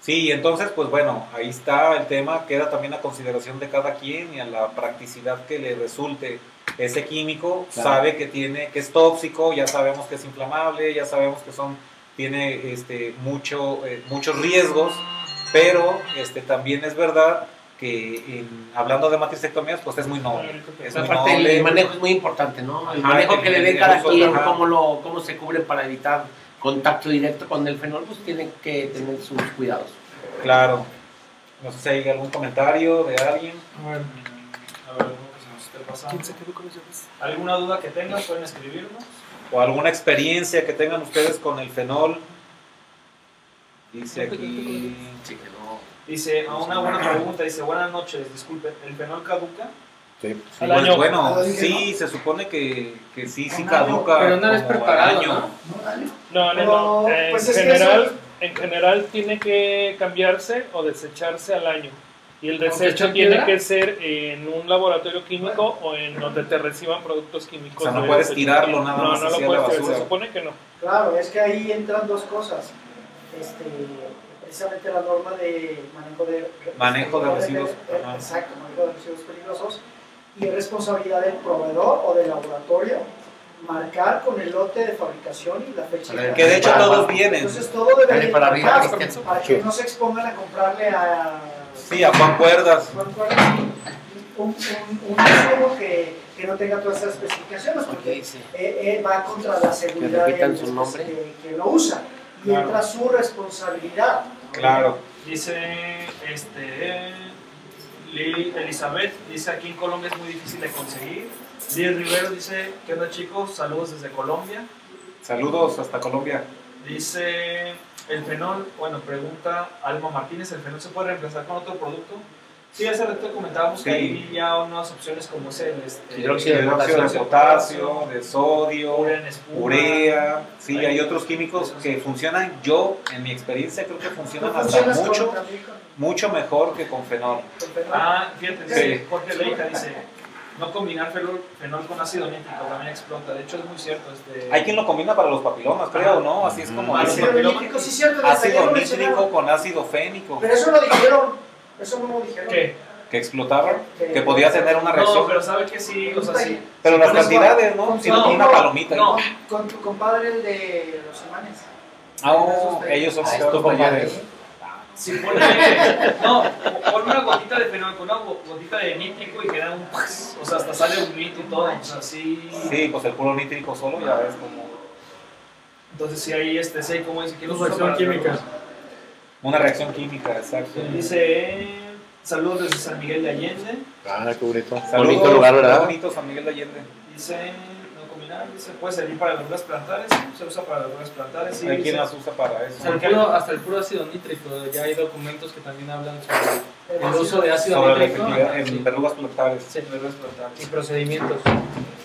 Sí, entonces, pues bueno, ahí está el tema, queda también a consideración de cada quien y a la practicidad que le resulte. Ese químico Claro. sabe que tiene, que es tóxico, ya sabemos que es inflamable, ya sabemos que son, tiene este, mucho, eh, muchos riesgos, pero este, también es verdad que en- hablando de matricectomías, pues es muy noble. Es muy Aparte, el, noble. el manejo es muy importante, ¿no? El Ajá, manejo que le el- dé el cada uso, quien, ajá. cómo, lo, cómo se cubre para evitar contacto directo con el fenol, pues tiene que tener sus cuidados. Claro. No sé si hay algún comentario de alguien. Mm, A ver, algo que se nos esté pasando. ¿Alguna duda que tengas pueden escribirnos? o alguna experiencia que tengan ustedes con el fenol. Dice pues, aquí. Sí, que no. Dice, a una buena pregunta, dice, buenas noches, disculpen, ¿el fenol caduca? Sí. Al Pues año. bueno, Ah, dije, sí, se supone que, que sí, sí Ah, caduca. pero no eres como al preparado, año. ¿no? ¿no, Dani? No, no, no. No, En pues es que general, eso- en general tiene que cambiarse o desecharse al año. Y el Aunque desecho sea tiene piedra. que ser en un laboratorio químico o en donde te reciban productos O químicos. sea, no de puedes desecho. tirarlo nada No, más así no lo a la puedes tirar. basura. Se supone que no. Claro, es que ahí entran dos cosas. Este, precisamente la norma de manejo de, Manejo de residuos, de- ajá. exacto, manejo de residuos peligrosos. Y es responsabilidad del proveedor o del laboratorio marcar con el lote de fabricación y la fecha. A ver, Que de hecho Para- todos vienen. Entonces todo debe Dale ir para arriba, marcado, Cristian. para que no se expongan a comprarle a... Sí, a Juan Cuerdas. Juan Cuartas, un, un, un residuo que, que no tenga todas esas especificaciones, porque Ok, sí. eh, eh, va contra la seguridad Que repitan de- su nombre. que, que lo usa y Claro. entra su responsabilidad. Claro. Dice, este, Li- Elizabeth, dice, aquí en Colombia es muy difícil de conseguir. Liz Rivero dice, ¿qué onda chicos? Saludos desde Colombia. Saludos hasta Colombia. Dice el fenol, bueno, pregunta Alma Martínez, ¿el fenol se puede reemplazar con otro producto? Sí, hace rato comentábamos que Sí. hay ya unas opciones como es el este, Hidróxido Sí, de El óxido de potasio, de sodio, urea en espuma. urea. Sí, hay otros químicos que funcionan. Yo, en mi experiencia, creo que funcionan No hasta funcionas con- mucho, también con- mucho mejor que con fenol. con fenol. Ah, fíjate, dice Sí. Jorge Leija dice, no combinar fenol, fenol con ácido nítrico también explota. De hecho, es muy cierto. Este, Hay quien lo combina para los papilomas, creo, ¿no? Así es como Mm. algo. ácido nítrico, Ah, sí, cierto, desde ayer ácido lo nítrico mencionaron. Ah, con ácido fénico Pero eso lo dijeron, eso no lo dijeron. ¿Qué? que explotaba, Que- que podía tener una No, reacción. pero sabe que sí, o sea, sí. Pero las Con eso- cantidades, ¿no? Si no, no, con una no, palomita. no. Con tu compadre el de los imanes. Ah, oh, ellos son Ah, sus estos compadres. Si pone, no, pon una gotita de fenol con una go- gotita de nítrico y queda un. O sea, hasta sale un mito y todo. O sea, sí. Sí, pues el puro nítrico solo ya ves como Entonces, sí, ahí este, sí, como dice, ¿quién Pues, usa acción para- química. una reacción química, exacto. Dice. Saludos desde San Miguel de Allende. Ah, qué bonito. Saludos, bonito lugar, qué ¿verdad? bonito San Miguel de Allende. Dice. No combinar. Dice, puede servir para verduras plantares. Se usa para verduras plantares. Sí, Hay quien dice, las usa para eso. Hasta el, puro, hasta el puro ácido nítrico, ya hay documentos que también hablan sobre el uso de ácido Sobre la nítrico efectividad ajá, sí, en verduras plantares. sí, verduras plantares. y procedimientos.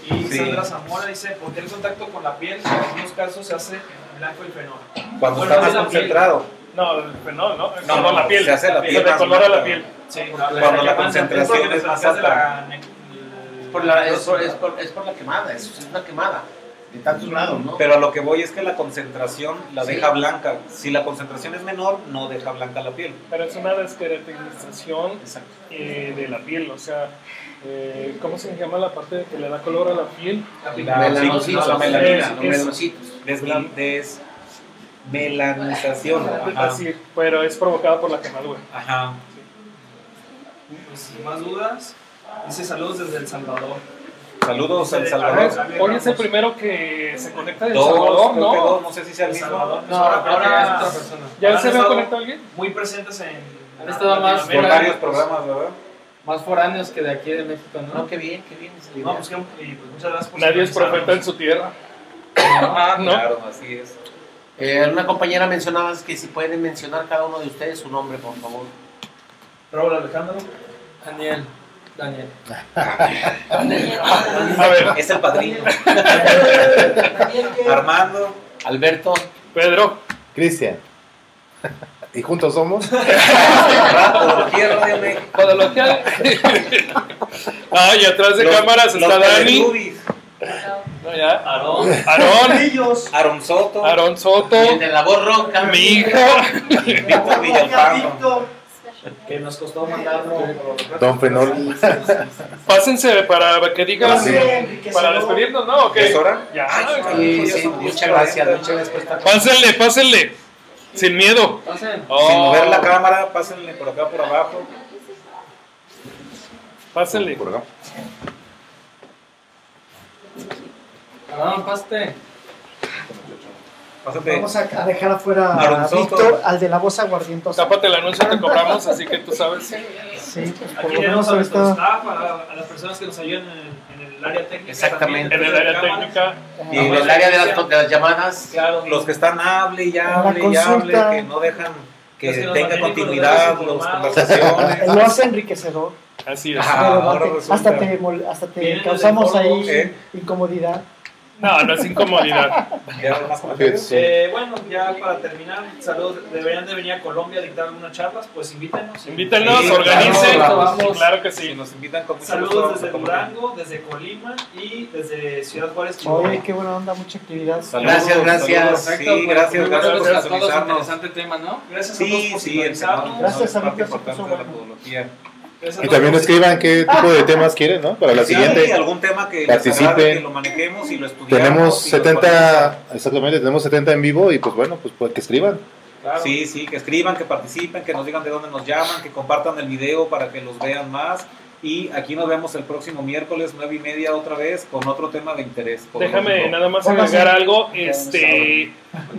Y Sí. Sandra Zamora dice, ¿por qué el contacto con la piel en algunos casos se hace blanco el fenol? Cuando está Bueno, es más la piel. concentrado, No, el fenol, ¿no? Es No, solo no, la piel. se hace la piel Se más decolora la blanca. piel. Sí, Cuando la concentración es más alta. Por la, es, por, es, por, es por la quemada, es, es una quemada de tantos grados, ¿no? Pero a lo que voy es que la concentración la Sí. deja blanca. Si la concentración es menor, no deja blanca la piel. Pero es una descaracterización Exacto. eh, de la piel, o sea, eh, ¿cómo se llama la parte de que le da color a la piel? La- melanocitos, sí, la melanina, melanocitos, es- Desmi- melanocitos. des- melanización. Ajá. Así, pero es provocada por la quemadura. Ajá. Pues, más dudas. Dice saludos desde El Salvador. Saludos al Ah, Salvador. es- Hoy es el primero que se conecta de El Dos, Salvador, creo que dos, ¿no? no sé si sea el El Salvador. mismo. pues, ahora, creo que ahora es otra persona. ¿Ya ahora se han había estado conectado alguien? Muy presentes en. Han estado más Por Mira. varios programas, ¿verdad? Más foráneos que de aquí de México, ¿no? No, qué bien, qué bien. esa No, idea. pues, que- y, pues, muchas gracias por Nadie es sintonizarnos. profeta en su tierra. Ah, ¿no? claro, así es. Eh, una compañera mencionaba que si pueden mencionar cada uno de ustedes su nombre, por favor. Raúl Alejandro. Daniel. Daniel. A ver, Es el padrino. Daniel, ¿qué? Armando. Alberto, Pedro, Cristian. ¿Y juntos somos? Podología Radio México. podología. Ay, atrás de Los- cámaras los está Dani. Teletubbies. No, ya. Aarón. Aarón, Ellos. Aaron Soto. Aarón Soto, el de la voz ronca. mi hija. Víctor Villalpando. Víctor. Que nos costó mandarlo. Don Fenol. Pásense para que digan. Sí. Enriquecedor. Para despedirnos, ¿no? ¿O qué? ¿Es hora? Ya. Sí, sí, muchas gracias, muchas gracias por estar con Pásenle, pásenle. Sin miedo. Pasen. Sin Oh, mover la cámara, pásenle por acá, por abajo. Pásenle. Por acá. Perdón, paste. Pásate. Vamos a a dejar afuera Aaron a Soto. Víctor, al de la voz aguardientosa. Tápate el anuncio, te cobramos, así que tú sabes. Sí, pues por Aquí lo menos tenemos a nuestro ahorita. staff, a, a las personas que nos ayudan en el, en el área técnica. Exactamente. En también, el área cámaras. técnica. Y eh, En los, el área de las, de las llamadas, Claro, los que están hable y La hable y hable, consulta. que no dejan que Los que nos tenga mantienen continuidad con los las desinformados. conversaciones. Lo hace enriquecedor. Así es. Ajá. Ah, el ahora debate. resulta. hasta te, mol- hasta te Vienen causamos desde el ahí foro, ¿eh? incomodidad. No, no es incomodidad. ¿Ya habrá más comentarios? Eh, bueno, ya para terminar, saludos. Deberían de venir a Colombia a dictar algunas charlas, pues invítenos. Invítanos, Sí, organicen. claro, vamos. Claro que Si sí. nos invitan con mucho gusto, Saludos vamos a desde comer. Durango, desde Colima y desde Ciudad Juárez, Chihuahua. Oye, qué buena onda, mucha actividad. Saludos, Gracias, gracias. saludos. pues, Sí, gracias, gracias por pues, a todos. sintonizarnos. Interesante tema, ¿no? Gracias a todos Sí, por sí, el sintonizarnos. canal, Gracias, ¿no? es amigos, parte se puso importante de la bueno. podología. Gracias a Y también todos. escriban qué tipo de temas quieren, ¿no? Para la Sí, siguiente. algún tema que les Participen. agrade, que lo manejemos y lo estudiamos. Tenemos y lo ponemos 70, exactamente, tenemos 70 en vivo y pues bueno, pues, pues, que escriban. a- Claro. Sí, sí, que escriban, que participen, que nos digan de dónde nos llaman, que compartan el video para que los vean más. Y aquí nos vemos el próximo miércoles, nueve y media, otra vez, con otro tema de interés. por lo Déjame menos. nada más Hola, agregar sí. algo, este,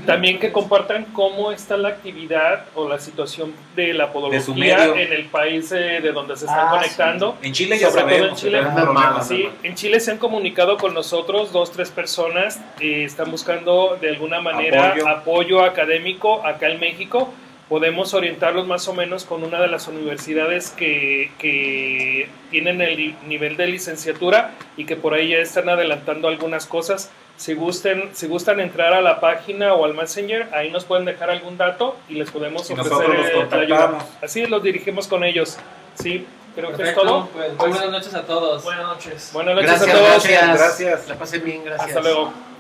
también que compartan cómo está la actividad o la situación de la De su podología medio. en el país eh, de donde se están Ah, sí. conectando. En Chile ya Sobre todo sabemos. en Chile. que tenemos Normal, problemas, Sí, Ah, ¿no? en Chile se han comunicado con nosotros dos, tres personas, eh, están buscando de alguna manera Apoyo. apoyo. académico acá en México. Podemos orientarlos más o menos con una de las universidades que, que tienen el li- nivel de licenciatura y que por ahí ya están adelantando algunas cosas. Si, gusten, si gustan entrar a la página o al Messenger, ahí nos pueden dejar algún dato y les podemos Y ofrecer nosotros los eh, la contactamos. ayuda. Así los dirigimos con ellos. Sí, creo que Perfecto. es todo. Pues, muy buenas noches a todos. Buenas noches. Buenas noches Gracias, a todos. gracias. Gracias. La pasen bien, gracias. Hasta luego.